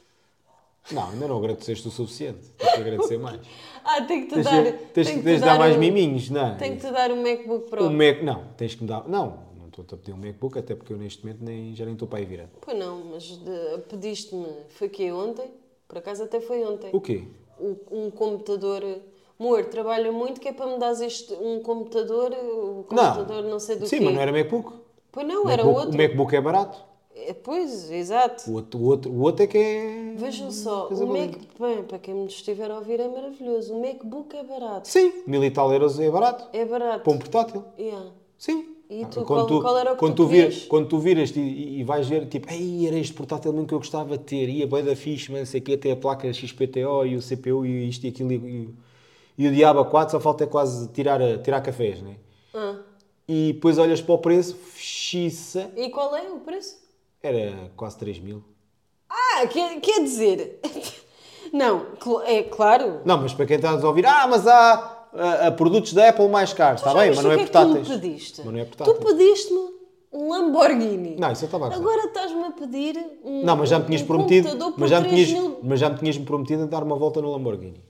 Speaker 2: Não, ainda não agradeceste o suficiente. Tens que agradecer mais.
Speaker 1: Ah, tenho que te
Speaker 2: Tens,
Speaker 1: dar.
Speaker 2: de- tens,
Speaker 1: tenho que
Speaker 2: tens
Speaker 1: te
Speaker 2: de dar mais Hum.
Speaker 1: um-
Speaker 2: miminhos, não. é?
Speaker 1: Tenho que te dar um MacBook Pro.
Speaker 2: O Mac, não, tens que me dar. Não, não estou a pedir um MacBook, até porque eu neste momento nem, já nem estou para aí virar.
Speaker 1: Pois não, mas de- pediste-me. Foi que é ontem? Por acaso até foi ontem.
Speaker 2: O quê?
Speaker 1: um, um computador. Amor, trabalha muito que é para me dar este, um computador, um computador não, sei do
Speaker 2: Sim,
Speaker 1: quê.
Speaker 2: mas não era MacBook.
Speaker 1: Pois não, era
Speaker 2: MacBook-
Speaker 1: outro.
Speaker 2: O MacBook é barato.
Speaker 1: É, Pois, exato.
Speaker 2: O outro, o outro, o outro é que é.
Speaker 1: Vejam só,
Speaker 2: Coisa
Speaker 1: o
Speaker 2: boa.
Speaker 1: Mac, bem, para quem nos estiver a ouvir é maravilhoso. O MacBook é barato.
Speaker 2: Sim, mil e tal euros é barato.
Speaker 1: É barato.
Speaker 2: Para um portátil.
Speaker 1: Yeah.
Speaker 2: Sim.
Speaker 1: E tu,
Speaker 2: Quando
Speaker 1: qual,
Speaker 2: tu-
Speaker 1: qual era o que
Speaker 2: quando
Speaker 1: tu,
Speaker 2: tu viras-
Speaker 1: querias?
Speaker 2: Quando tu viras e, e- e vais ver, tipo, ei, era este portátil mesmo que eu gostava de ter, e a boia da fixe, mas não sei o quê, até a placa XPTO e o CPU e isto e aquilo e, o- e o diabo a 4, só falta é quase tirar, a- tirar cafés, né?
Speaker 1: Ah.
Speaker 2: E depois olhas para o preço, fixa,
Speaker 1: E qual é o preço?
Speaker 2: era quase 3 mil.
Speaker 1: Ah, quer, quer dizer. Não, cl- é claro.
Speaker 2: Não, mas para quem está a nos ouvir, ah, mas há ah, ah, produtos da Apple mais caros, está
Speaker 1: Já
Speaker 2: bem,
Speaker 1: viste
Speaker 2: mas não
Speaker 1: o
Speaker 2: é
Speaker 1: que é que tu me
Speaker 2: portáteis.
Speaker 1: pediste?
Speaker 2: Mas não é
Speaker 1: Tu
Speaker 2: portátil.
Speaker 1: pediste-me um Lamborghini.
Speaker 2: Não, isso eu estava a gozar.
Speaker 1: Agora estás-me a pedir um,
Speaker 2: Não, mas já me tinhas
Speaker 1: um
Speaker 2: prometido,
Speaker 1: computador por
Speaker 2: mas já me
Speaker 1: 3
Speaker 2: tinhas,
Speaker 1: mil...
Speaker 2: mas já me tinhas prometido a dar uma volta no Lamborghini.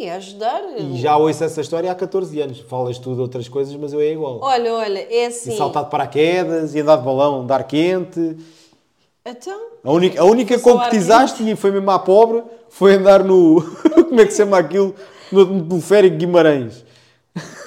Speaker 1: Ih, ajudar.
Speaker 2: E já ouço essa história há 14 anos. Falas tu de outras coisas, mas eu é igual.
Speaker 1: Olha, olha, é assim.
Speaker 2: E saltar de paraquedas, e andar de balão, de ar quente.
Speaker 1: Então,
Speaker 2: A única, a única
Speaker 1: Só
Speaker 2: com
Speaker 1: ar
Speaker 2: que pisaste, e foi mesmo à pobre, foi andar no. Como é que se chama aquilo? No no teleférico de Guimarães.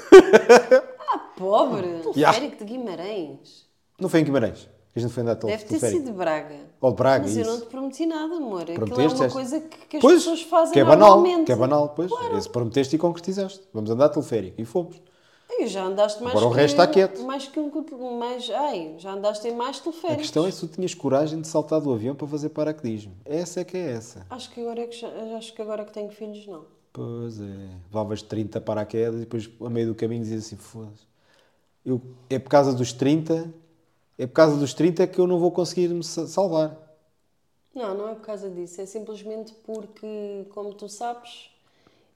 Speaker 1: ah, pobre.
Speaker 2: Yeah.
Speaker 1: Teleférico de Guimarães.
Speaker 2: Não foi em Guimarães que a gente foi andar de
Speaker 1: Deve ter
Speaker 2: teleférico.
Speaker 1: sido de Braga.
Speaker 2: Ou de Braga,
Speaker 1: Mas eu não
Speaker 2: isso.
Speaker 1: te prometi nada, amor. Aquilo é
Speaker 2: Prometeste,
Speaker 1: uma
Speaker 2: és?
Speaker 1: coisa que, que as
Speaker 2: Pois,
Speaker 1: pessoas fazem
Speaker 2: que é banal,
Speaker 1: normalmente.
Speaker 2: que é banal, pois. Esse prometeste e concretizaste. Vamos andar de teleférico. E fomos.
Speaker 1: Ai, já andaste mais
Speaker 2: Agora o
Speaker 1: que,
Speaker 2: resto está quieto.
Speaker 1: Mais que um cotel- mais, ai, já andaste em mais
Speaker 2: A
Speaker 1: teleféricos.
Speaker 2: questão é se tu tinhas coragem de saltar do avião para fazer paraquedismo. Essa é que é essa.
Speaker 1: Acho que agora é que já- acho que agora que tenho filhos não.
Speaker 2: Pois é. Levavas 30 paraquedas e depois a meio do caminho dizias assim, foda-se. Eu, é por causa dos 30, é por causa dos 30 que eu não vou conseguir me sa- salvar.
Speaker 1: Não, não é por causa disso, é simplesmente porque, como tu sabes,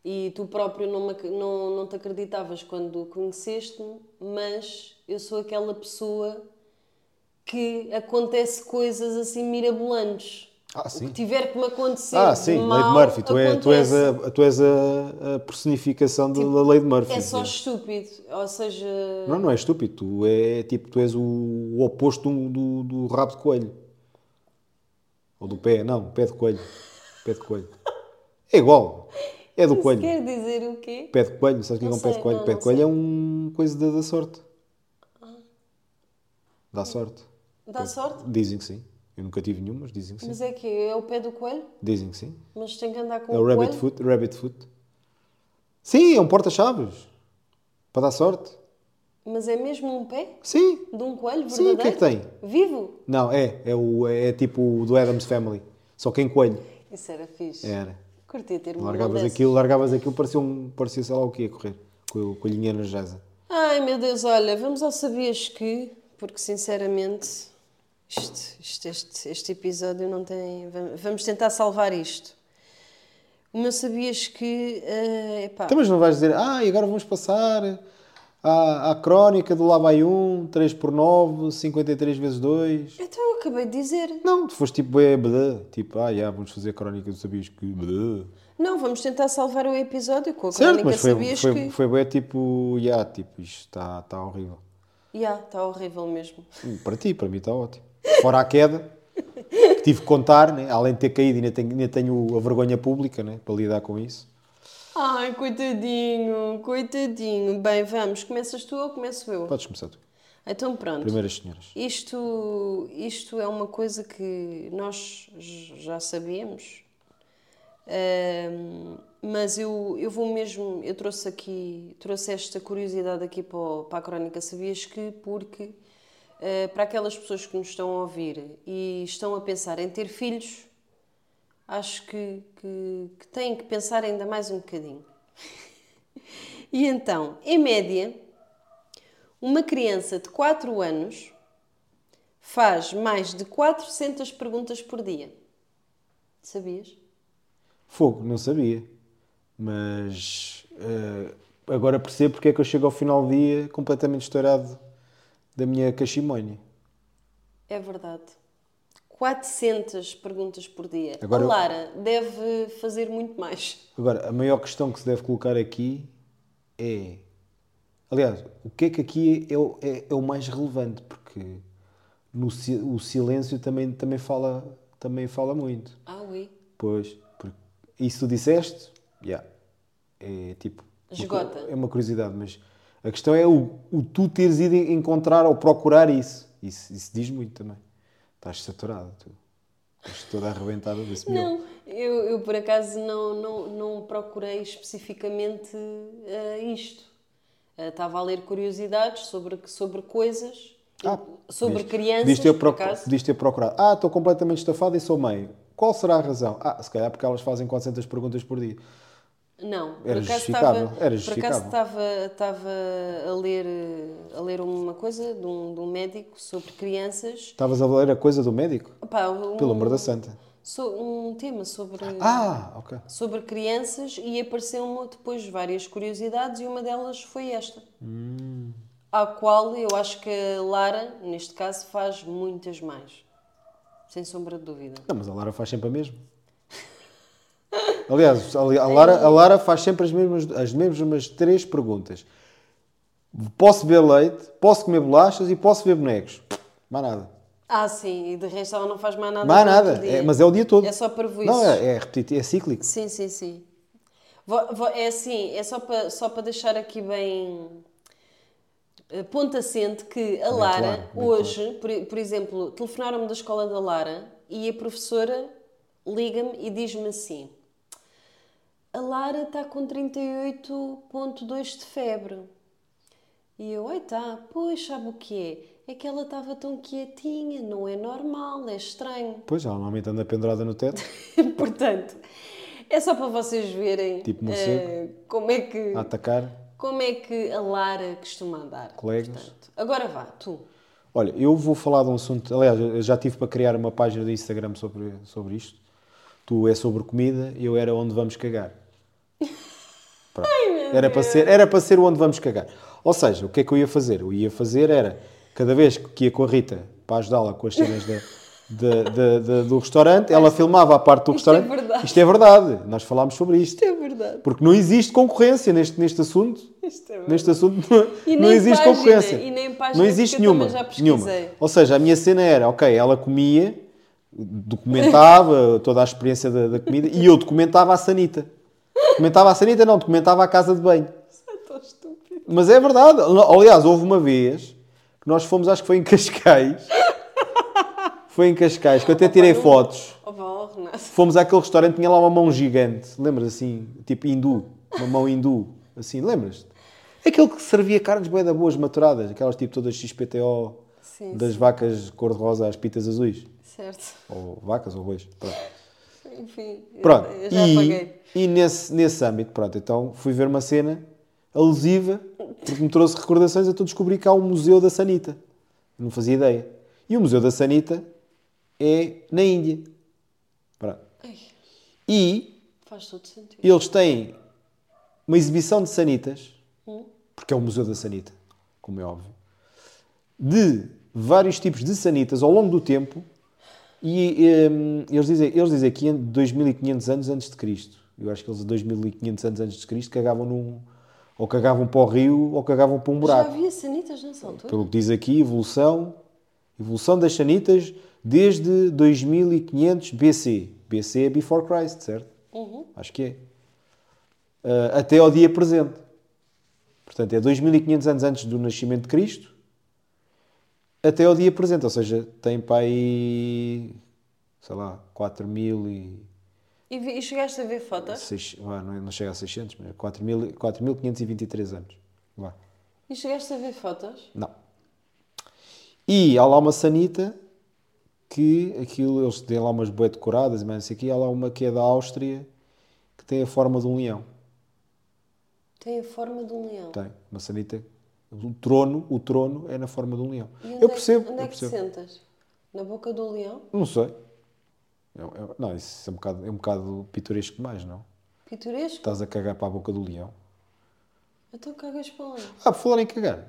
Speaker 1: e tu próprio não, me ac- não, não te acreditavas quando conheceste-me, mas eu sou aquela pessoa que acontece coisas assim mirabolantes.
Speaker 2: Ah,
Speaker 1: O que
Speaker 2: sim.
Speaker 1: tiver que me acontecer
Speaker 2: Ah, sim,
Speaker 1: de mal,
Speaker 2: Lady Murphy, tu, é, tu és,
Speaker 1: acontece.
Speaker 2: a, tu és a, a personificação de- da Lady Murphy.
Speaker 1: É só
Speaker 2: É.
Speaker 1: estúpido, ou seja,
Speaker 2: Não, não é estúpido, tu é tipo, tu és o, o oposto do, do, do rabo de coelho. Ou do pé, não, pé de coelho. Pé de coelho. É igual. É do
Speaker 1: isso
Speaker 2: coelho.
Speaker 1: quer dizer o quê?
Speaker 2: Pé de coelho, sabes o que é
Speaker 1: Não
Speaker 2: um pé
Speaker 1: sei,
Speaker 2: de coelho?
Speaker 1: não,
Speaker 2: pé
Speaker 1: não
Speaker 2: de coelho é um coisa da, da sorte. Dá sorte.
Speaker 1: Dá sorte?
Speaker 2: Dizem que sim. Eu nunca tive nenhum, mas dizem que sim.
Speaker 1: Mas é que é o pé do coelho,
Speaker 2: Dizem que sim.
Speaker 1: mas tem que andar com
Speaker 2: É
Speaker 1: o
Speaker 2: o rabbit
Speaker 1: coelho.
Speaker 2: foot, rabbit foot. Sim, é um porta-chaves. Para dar sorte.
Speaker 1: Mas é mesmo um pé
Speaker 2: Sim.
Speaker 1: de um coelho
Speaker 2: Sim,
Speaker 1: verdadeiro?
Speaker 2: o que é que tem?
Speaker 1: Vivo?
Speaker 2: Não, é. É, o, é tipo o do Adams Family. Só que em coelho.
Speaker 1: Isso era fixe.
Speaker 2: Era.
Speaker 1: Curtia ter um uma
Speaker 2: É. Largavas
Speaker 1: dessas.
Speaker 2: aquilo, largavas aquilo, parecia, um, parecia sei lá o que a correr. Com o coelhinho energiza.
Speaker 1: Ai meu Deus, olha, vamos ao sabias que, porque sinceramente isto- isto- este, este episódio não tem. va- Vamos tentar salvar isto. O meu sabias que. eh, epá,
Speaker 2: Então, mas não vais dizer, ah, e agora vamos passar à, à crónica do Labaium, 3 por 9, 53 vezes 2.
Speaker 1: então eu acabei de dizer.
Speaker 2: Não, tu foste tipo, é, blá, tipo, ah, já, vamos fazer a crónica do Sabias que, blá.
Speaker 1: Não, vamos tentar salvar o episódio com a
Speaker 2: Certo,
Speaker 1: crónica
Speaker 2: mas foi,
Speaker 1: sabias
Speaker 2: foi,
Speaker 1: que.
Speaker 2: foi bem tipo, já, tipo, isto está está horrível. um-
Speaker 1: Já, está tá horrível mesmo.
Speaker 2: Hum, Para ti, para mim está ótimo. Fora a queda, que tive que contar, né? além de ter caído, ainda tenho, ainda tenho a vergonha pública, né? para lidar com isso.
Speaker 1: Ai, coitadinho, coitadinho. Bem, vamos, começas tu ou começo eu?
Speaker 2: Podes começar tu.
Speaker 1: Então pronto.
Speaker 2: Primeiras senhoras.
Speaker 1: Isto, isto é uma coisa que nós j- já sabíamos, Ahm, mas eu, eu vou mesmo, eu trouxe aqui, trouxe esta curiosidade aqui para, o- para a Crónica Sabias que, porque eh, para aquelas pessoas que nos estão a ouvir e estão a pensar em ter filhos, acho que, que, que têm que pensar ainda mais um bocadinho. E então, em média, uma criança de 4 anos faz mais de 400 perguntas por dia. Sabias?
Speaker 2: Fogo, não sabia. Mas eh, agora percebo porque é que eu chego ao final do dia completamente estourado da minha cachimonha.
Speaker 1: É verdade. 400 perguntas por dia.
Speaker 2: Agora
Speaker 1: a
Speaker 2: eu-
Speaker 1: Lara deve fazer muito mais.
Speaker 2: Agora, a maior questão que se deve colocar aqui é. Aliás, o que é que aqui é, o- é- é o mais relevante? Porque no, si- o silêncio também, também, fala, também fala muito.
Speaker 1: Ah, ui.
Speaker 2: Pois, porque isso tu disseste, já. É tipo. uma cu-
Speaker 1: Esgota.
Speaker 2: É uma curiosidade, mas a questão é o, o tu teres ido encontrar ou procurar isso. Isso, isso diz muito também. Estás saturada, tu. Estás toda arrebentada desse miolo.
Speaker 1: Não, eu, eu por acaso não, não, não procurei especificamente eh, isto. Eh, Estava a ler curiosidades sobre, sobre coisas,
Speaker 2: Ah,
Speaker 1: sobre
Speaker 2: podias-
Speaker 1: crianças,
Speaker 2: podias ter,
Speaker 1: por
Speaker 2: procu-
Speaker 1: acaso.
Speaker 2: podias ter procurado. Ah, estou completamente estafada e sou mãe. Qual será a razão? Ah, se calhar porque elas fazem 400 perguntas por dia.
Speaker 1: Não, por
Speaker 2: Era
Speaker 1: acaso
Speaker 2: justificável,
Speaker 1: estava,
Speaker 2: era
Speaker 1: por acaso
Speaker 2: justificável.
Speaker 1: estava, estava a ler eh, a ler uma coisa de um, de um médico sobre crianças.
Speaker 2: Estavas a ler a coisa do médico?
Speaker 1: Opá, um,
Speaker 2: Pelo amor da santa.
Speaker 1: so- um tema sobre
Speaker 2: Ah, ok.
Speaker 1: sobre crianças e apareceu-me depois várias curiosidades e uma delas foi esta.
Speaker 2: Hum.
Speaker 1: À qual eu acho que a Lara, neste caso, faz muitas mais. Sem sombra de dúvida.
Speaker 2: Não, mas a Lara faz sempre a mesma. Aliás, ali- a Lara, a Lara faz sempre as mesmas, as mesmas três perguntas. Posso beber leite? Posso comer bolachas? E posso ver bonecos? Mais nada.
Speaker 1: Ah, sim, e de resto ela não faz mais nada.
Speaker 2: Mais
Speaker 1: durante o
Speaker 2: nada.
Speaker 1: dia.
Speaker 2: É- mas é o dia todo.
Speaker 1: É só parvoíces.
Speaker 2: Não, é, é repetitivo, é cíclico.
Speaker 1: Sim, sim, sim. Vo- vo- É assim, é só para só para deixar aqui bem eh, ponto assente que a Lara,
Speaker 2: claro, bem
Speaker 1: hoje, por, por exemplo, telefonaram-me da escola da Lara e a professora liga-me e diz-me assim: A Lara está com 38,2 de febre. E eu, ai tá, pois sabe o que é? É que ela estava tão quietinha, não é normal, é estranho.
Speaker 2: Pois, ela normalmente anda pendurada no teto.
Speaker 1: Portanto, é só para vocês verem
Speaker 2: Tipo Ah. morcego.
Speaker 1: eh, como, é que,
Speaker 2: a atacar
Speaker 1: como é que a Lara costuma andar.
Speaker 2: colegas.
Speaker 1: Portanto, agora vá, tu.
Speaker 2: Olha, eu vou falar de um assunto. Aliás, eu já tive para criar uma página do Instagram sobre, sobre isto. Tu é sobre comida, eu era onde vamos cagar. Pronto. era, para ser, era para ser onde vamos cagar. Ou seja, o que é que eu ia fazer? Eu ia fazer era, cada vez que ia com a Rita para ajudá-la com as cenas da- da- da- da- do restaurante, ela filmava a parte do
Speaker 1: isto é
Speaker 2: restaurante.
Speaker 1: verdade.
Speaker 2: Isto é verdade. Nós falámos sobre isto.
Speaker 1: Isto é verdade.
Speaker 2: Porque não existe concorrência neste, neste assunto.
Speaker 1: Isto é verdade.
Speaker 2: Neste assunto não,
Speaker 1: E
Speaker 2: não
Speaker 1: nem
Speaker 2: existe
Speaker 1: página,
Speaker 2: concorrência.
Speaker 1: e nem página,
Speaker 2: não existe
Speaker 1: porque eu
Speaker 2: nenhuma,
Speaker 1: também já
Speaker 2: nenhuma.
Speaker 1: pesquisei.
Speaker 2: Ou seja, a minha cena era, ok, ela comia, documentava toda a experiência da, da comida e eu documentava a sanita. Documentava a sanita, não, documentava a casa de banho.
Speaker 1: É tão estúpido.
Speaker 2: Mas é verdade. Aliás, houve uma vez que nós fomos, acho que foi em Cascais. Foi em Cascais, que eu até tirei
Speaker 1: não-
Speaker 2: fotos.
Speaker 1: Oh, vá, oh, Renato.
Speaker 2: Fomos àquele restaurante, tinha lá uma mão gigante, lembras assim, tipo hindu, uma mão hindu, assim, lembras-te? Aquele que servia carnes bem da boas maturadas, aquelas tipo todas XPTO,
Speaker 1: Sim,
Speaker 2: das vacas cor-de-rosa às pitas azuis,
Speaker 1: Certo.
Speaker 2: ou vacas ou bois, pronto.
Speaker 1: Enfim, eu-
Speaker 2: Pronto,
Speaker 1: eu já
Speaker 2: e,
Speaker 1: apaguei.
Speaker 2: e nesse, nesse âmbito, pronto, então fui ver uma cena alusiva, porque me trouxe recordações, então descobri que há um Museu da Sanita, não fazia ideia. E o Museu da Sanita é na Índia, pronto.
Speaker 1: Ai,
Speaker 2: E
Speaker 1: faz todo sentido.
Speaker 2: eles têm uma exibição de sanitas,
Speaker 1: Hum?
Speaker 2: porque é o Museu da Sanita, como é óbvio, de vários tipos de sanitas ao longo do tempo, e hum, eles, dizem, eles dizem que em 2500 anos antes de Cristo, eu acho que eles 2500 anos antes de Cristo cagavam num, ou cagavam para o rio, ou cagavam para um
Speaker 1: Já
Speaker 2: buraco.
Speaker 1: havia sanitas nessa altura?
Speaker 2: Pelo que diz aqui, evolução, evolução das sanitas desde 2500 BC. BC é before Christ, certo?
Speaker 1: Uhum.
Speaker 2: Acho que é. Ah, até ao dia presente. Portanto, é 2500 anos antes do nascimento de Cristo até ao dia presente. Ou seja, tem para aí, sei lá, 4000 e...
Speaker 1: E, vi- e chegaste a ver fotos?
Speaker 2: seis- vá, não é- não chega a 600, mas 4000 e- 4523 anos. Vá.
Speaker 1: E chegaste a ver fotos?
Speaker 2: Não. E há lá uma sanita que aquilo, eles têm lá umas boé decoradas, mas isso aqui há lá uma que é da Áustria que tem a forma de um leão.
Speaker 1: Tem a forma de um leão.
Speaker 2: Tem, uma sanita. O trono, o trono é na forma de um leão.
Speaker 1: E onde
Speaker 2: Eu
Speaker 1: é-
Speaker 2: percebo,
Speaker 1: Onde
Speaker 2: eu
Speaker 1: é que te
Speaker 2: percebo.
Speaker 1: sentas? Na boca do leão?
Speaker 2: Não sei. Eu- eu- não, isso é um bocado, é um bocado pitoresco demais, não?
Speaker 1: Pitoresco?
Speaker 2: Estás a cagar para a boca do leão.
Speaker 1: Então cagas para onde?
Speaker 2: Ah, por falar em cagar.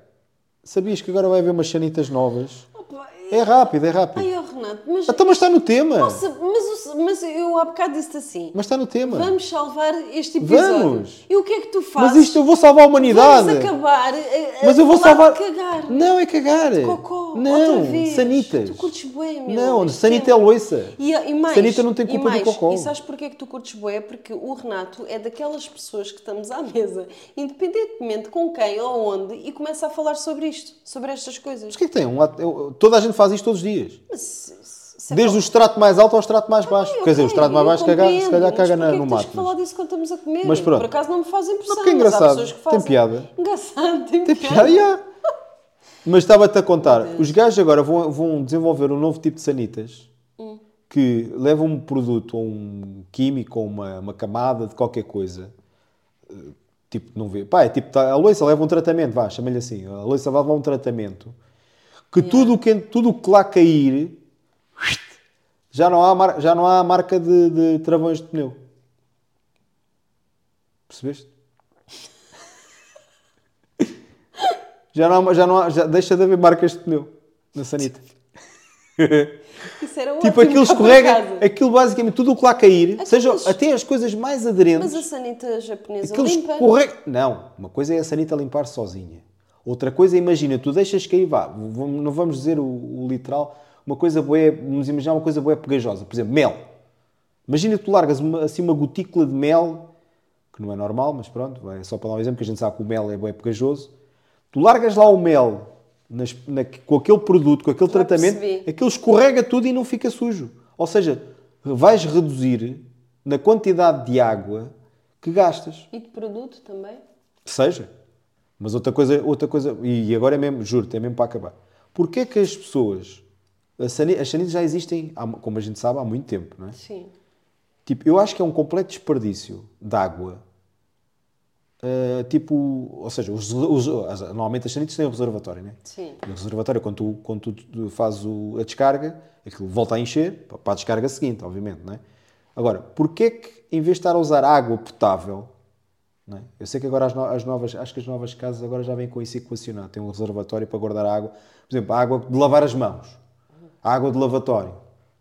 Speaker 2: Sabias que agora vai haver umas sanitas novas?
Speaker 1: Opa,
Speaker 2: É rápido, é rápido.
Speaker 1: Ai, ó Renato, mas,
Speaker 2: Então, mas está no tema.
Speaker 1: nossa, mas, o- mas eu há bocado disse assim:
Speaker 2: Mas está no tema.
Speaker 1: vamos salvar este episódio.
Speaker 2: Vamos!
Speaker 1: E o que é que tu
Speaker 2: Mas
Speaker 1: fazes?
Speaker 2: isto eu vou salvar a humanidade.
Speaker 1: Vamos acabar. A, a
Speaker 2: Mas eu vou
Speaker 1: falar
Speaker 2: salvar.
Speaker 1: de cagar.
Speaker 2: Não, é cagar.
Speaker 1: Cocó,
Speaker 2: não,
Speaker 1: outra vez.
Speaker 2: sanitas.
Speaker 1: Tu curtes bué, meu. então.
Speaker 2: não,
Speaker 1: este
Speaker 2: sanita é
Speaker 1: tema.
Speaker 2: loiça.
Speaker 1: E, eh, e mais,
Speaker 2: Sanita não tem culpa
Speaker 1: e
Speaker 2: do
Speaker 1: mais,
Speaker 2: cocó.
Speaker 1: E sabes porquê é que tu curtes boé? Porque o Renato é daquelas pessoas que estamos à mesa, independentemente com quem ou onde, e começa a falar sobre isto, sobre estas coisas.
Speaker 2: Mas o que é que tem? Um ato- eu- eu- toda a gente faz isto todos os dias.
Speaker 1: Mas, Sei
Speaker 2: Desde
Speaker 1: lá,
Speaker 2: o extrato mais alto ao extrato mais baixo.
Speaker 1: eu
Speaker 2: Quer dizer,
Speaker 1: sei,
Speaker 2: o extrato
Speaker 1: Então,
Speaker 2: mais
Speaker 1: eu
Speaker 2: baixo caga, se
Speaker 1: compreendo,
Speaker 2: calhar
Speaker 1: mas
Speaker 2: caga na-
Speaker 1: porquê
Speaker 2: no
Speaker 1: que temos
Speaker 2: mato.
Speaker 1: que
Speaker 2: mas-
Speaker 1: falar disso quando estamos a comer?
Speaker 2: Mas pronto.
Speaker 1: Por acaso não me faz impressão.
Speaker 2: Não, porque é
Speaker 1: mas há
Speaker 2: engraçado.
Speaker 1: pessoas que
Speaker 2: Tem
Speaker 1: fazem.
Speaker 2: piada.
Speaker 1: Engraçado, tem,
Speaker 2: Tem piada, yeah. Mas estava-te a contar, os gajos agora vão, vão desenvolver um novo tipo de sanitas que levam um produto, ou um químico, ou uma, uma camada de qualquer coisa. eh, Tipo, não vê. Pá, é tipo, tá- a loiça leva um tratamento, vá, chama-lhe assim. A loiça vai levar um tratamento que tudo o que, en- tudo o que lá cair já não há, mar- já não há marca de, de travões de pneu. Percebeste? Já não, há- já não há- já deixa de haver marcas de pneu na sanita.
Speaker 1: Isso era
Speaker 2: tipo,
Speaker 1: ótimo
Speaker 2: aquilo
Speaker 1: cá para
Speaker 2: escorrega,
Speaker 1: casa.
Speaker 2: aquilo basicamente, tudo o que lá cair, seja
Speaker 1: Então, mas-
Speaker 2: até as coisas mais aderentes,
Speaker 1: Mas a sanita japonesa
Speaker 2: aquilo
Speaker 1: limpa.
Speaker 2: escorrega. Não, uma coisa é a sanita limpar sozinha. Outra coisa, imagina, tu deixas cair, vá, vamos- não vamos dizer o, o literal, uma coisa boa, vamos imaginar uma coisa boa pegajosa, por exemplo, mel. Imagina tu largas uma- assim uma gotícula de mel, que não é normal, mas pronto, é só para dar um exemplo, que a gente sabe que o mel é bem pegajoso. Tu largas lá o mel nas- na- com aquele produto, com aquele
Speaker 1: Já
Speaker 2: tratamento,
Speaker 1: percebi.
Speaker 2: aquilo escorrega tudo e não fica sujo. Ou seja, vais reduzir na quantidade de água que gastas.
Speaker 1: E de produto também.
Speaker 2: Seja. Mas outra coisa, outra coisa, e agora é mesmo, juro, é mesmo para acabar. Porquê que as pessoas, a sani- as sanitas já existem, há- como a gente sabe, há muito tempo, não é?
Speaker 1: Sim.
Speaker 2: Tipo, eu acho que é um completo desperdício de água. Ah, tipo, ou seja, os- os- as- normalmente as sanitas têm um reservatório, né?
Speaker 1: Sim.
Speaker 2: E o reservatório, quando tu, quando tu fazes o- a descarga, aquilo volta a encher pa- para a descarga seguinte, obviamente, né? Agora, porquê é que, em vez de estar a usar água potável, né? eu sei que agora as, no- as novas, acho que as novas casas agora já vêm com isso equacionado, tem um reservatório para guardar a água, por exemplo, a água de lavar as mãos, a água de lavatório,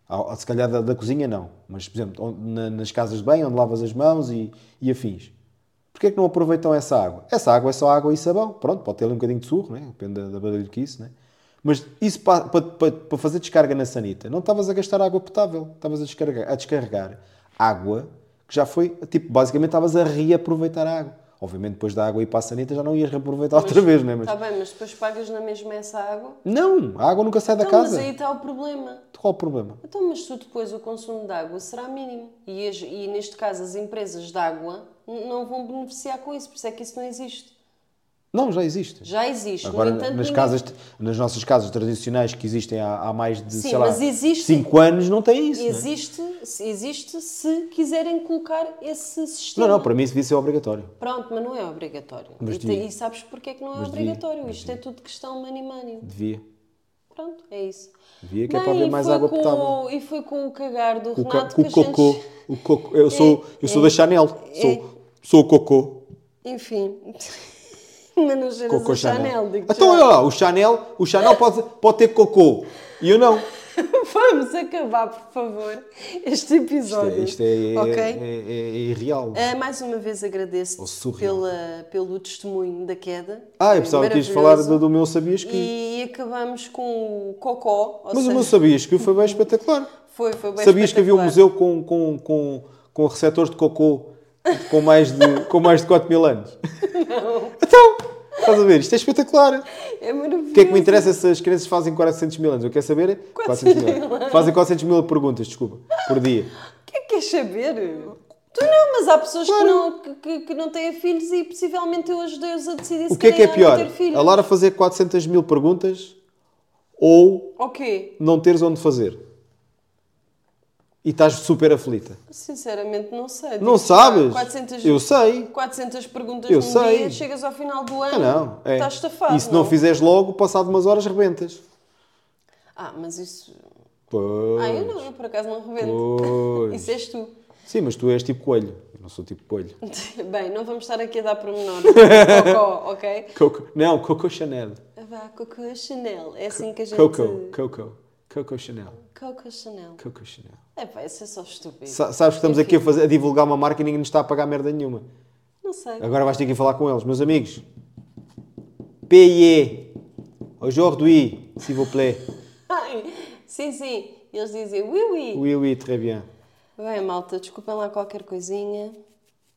Speaker 2: A- a- se calhar da, da cozinha não, mas, por exemplo, onde- na- nas casas de banho, onde lavas as mãos e, e afins. Porquê é que não aproveitam essa água? Essa água é só água e sabão. Pronto, pode ter ali um bocadinho de surro, né? depende da, da barulho que isso. Né? Mas isso para, fazer descarga na sanita, não estavas a gastar água potável, estavas a descarregar, a descarregar água que já foi, tipo, basicamente estavas a reaproveitar a água. Obviamente depois da água ir para a sanita já não ias reaproveitar outra vez, né? mas...
Speaker 1: Está bem, mas depois pagas na mesma essa água.
Speaker 2: Não, a água nunca sai da
Speaker 1: Então, mas
Speaker 2: casa.
Speaker 1: aí está o problema.
Speaker 2: Qual o problema?
Speaker 1: Então, mas tu depois o consumo de água será mínimo. E, as- e neste caso as empresas de água n- não vão beneficiar com isso, por isso é que isso não existe.
Speaker 2: Não, já existe.
Speaker 1: Já existe.
Speaker 2: Agora,
Speaker 1: no entanto,
Speaker 2: nas,
Speaker 1: ninguém-
Speaker 2: casas, nas nossas casas tradicionais que existem há, há mais de,
Speaker 1: Sim,
Speaker 2: sei lá,
Speaker 1: mas existe-
Speaker 2: 5 anos, não tem isso. não é?
Speaker 1: existe, se- existe se quiserem colocar esse sistema.
Speaker 2: Não, não, para mim isso devia ser obrigatório.
Speaker 1: Pronto, mas não é obrigatório.
Speaker 2: Mas
Speaker 1: e, te-
Speaker 2: devia.
Speaker 1: e sabes porque é que não é
Speaker 2: Mas devia,
Speaker 1: obrigatório?
Speaker 2: mas
Speaker 1: Isto é tudo questão money money.
Speaker 2: Devia.
Speaker 1: Pronto, é isso.
Speaker 2: Devia, que é para
Speaker 1: Bem,
Speaker 2: haver
Speaker 1: e
Speaker 2: mais
Speaker 1: foi
Speaker 2: água
Speaker 1: com
Speaker 2: potável.
Speaker 1: o- E foi com o cagar do
Speaker 2: O, ca-
Speaker 1: Renato
Speaker 2: com
Speaker 1: que
Speaker 2: o
Speaker 1: a
Speaker 2: cocô.
Speaker 1: gente... É,
Speaker 2: O coco. Eu sou, eu sou da Chanel. Sou, sou o cocô.
Speaker 1: Enfim, mas não cheiras
Speaker 2: Cocô
Speaker 1: a Chanel, digo
Speaker 2: então,
Speaker 1: já.
Speaker 2: olha lá, o Chanel, o Chanel pode, pode ter cocô. E eu não.
Speaker 1: Vamos acabar, por favor, este
Speaker 2: Isto
Speaker 1: episódio.
Speaker 2: é, isto é, é-
Speaker 1: Ok?
Speaker 2: é- é- é irreal.
Speaker 1: Ah, mais uma vez
Speaker 2: Ou
Speaker 1: agradeço
Speaker 2: surreal.
Speaker 1: pela, pelo testemunho da queda.
Speaker 2: ah,
Speaker 1: Foi
Speaker 2: eu pensava que ias falar
Speaker 1: maravilhoso.
Speaker 2: do, do meu Sabias Que.
Speaker 1: E acabamos com o Cocó. ou
Speaker 2: Mas
Speaker 1: seja,
Speaker 2: o meu Sabias Que foi bem espetacular.
Speaker 1: foi, foi bem
Speaker 2: Sabias que havia um
Speaker 1: É espetacular.
Speaker 2: museu com, com, com, com receptores de cocô com mais de, com mais de 4 mil anos? Não. Então, estás a ver? Isto é espetacular.
Speaker 1: É
Speaker 2: O
Speaker 1: maravilhoso.
Speaker 2: que é que me interessa se as crianças fazem 400 mil anos? Eu quero saber. é-
Speaker 1: 400 mil.
Speaker 2: Fazem 400 mil perguntas, desculpa, por dia.
Speaker 1: O que é que queres saber? Tu não, mas há pessoas que, não, que- que, que não têm filhos e possivelmente eu ajudei-os a decidir
Speaker 2: O
Speaker 1: se
Speaker 2: que é que é
Speaker 1: querem ou não
Speaker 2: pior?
Speaker 1: ter filhos.
Speaker 2: A Lara fazer 400 mil perguntas ou
Speaker 1: Ok,
Speaker 2: não teres onde fazer? E estás super aflita.
Speaker 1: sinceramente não sei.
Speaker 2: Não
Speaker 1: Digo,
Speaker 2: sabes?
Speaker 1: 400,
Speaker 2: Eu sei.
Speaker 1: 400 perguntas
Speaker 2: Eu
Speaker 1: num
Speaker 2: sei.
Speaker 1: dia, chegas ao final do ano,
Speaker 2: Ah, não. É.
Speaker 1: estás Tá estafado.
Speaker 2: e se não, fizeres logo, passado umas horas, rebentas.
Speaker 1: Ah, mas isso...
Speaker 2: Pois.
Speaker 1: Ah, eu não, eu por acaso não rebento.
Speaker 2: Pois.
Speaker 1: Isso és tu.
Speaker 2: Sim, mas tu és tipo coelho. Eu não sou tipo coelho.
Speaker 1: Bem, não vamos estar aqui a dar pormenores. Cocó, ok?
Speaker 2: Coco. Não, Coco Chanel.
Speaker 1: Vá, Coco Chanel. É assim que a gente...
Speaker 2: Coco. Coco. Coco Chanel.
Speaker 1: Coco Chanel.
Speaker 2: Coco Chanel.
Speaker 1: É pá, isso é só estúpido.
Speaker 2: Sa- sabes que estamos aqui a, fazer- a divulgar uma marca e ninguém nos está a pagar merda nenhuma.
Speaker 1: Não sei.
Speaker 2: Agora vais ter que ir falar com eles. Meus amigos. PIE. Aujourd'hui, s'il vous plaît.
Speaker 1: Ai, sim, sim. Eles dizem ui, ui.
Speaker 2: Oui, oui, très bien.
Speaker 1: Bem, malta, desculpem lá qualquer coisinha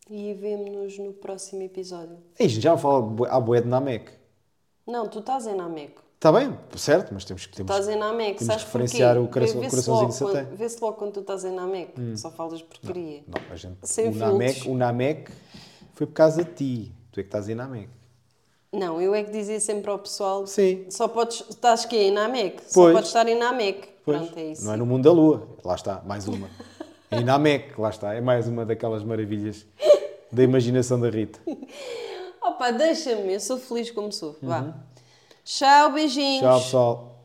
Speaker 1: e vemo-nos no próximo episódio.
Speaker 2: Ei, já fala bué- há boé de Namek.
Speaker 1: Não, tu estás em Nameco.
Speaker 2: Está bem, certo, mas temos que. Temos...
Speaker 1: Estás em Namek,
Speaker 2: Temos
Speaker 1: sabes
Speaker 2: que referenciar
Speaker 1: porquê?
Speaker 2: o coração-
Speaker 1: Vê-se
Speaker 2: coraçãozinho
Speaker 1: logo
Speaker 2: que você
Speaker 1: quando-
Speaker 2: tem.
Speaker 1: Vê-se logo quando tu estás em Namek, só falas porcaria.
Speaker 2: Não, a gente.
Speaker 1: Sem
Speaker 2: o, Namek,
Speaker 1: filtros.
Speaker 2: o Namek foi por causa de ti. Tu é que estás em Namek.
Speaker 1: Não, eu é que dizia sempre ao pessoal:
Speaker 2: Sim.
Speaker 1: só podes. Estás que em Namek? Só
Speaker 2: Pois.
Speaker 1: podes estar em Namek.
Speaker 2: Pois,
Speaker 1: Pronto, é isso.
Speaker 2: Não é no mundo da lua. Lá está, mais uma. em Namek, lá está. É mais uma daquelas maravilhas da imaginação da Rita.
Speaker 1: Opa, deixa-me, eu sou feliz como sou. Vá. Tchau, beijinhos.
Speaker 2: Uhum. Tchau, pessoal.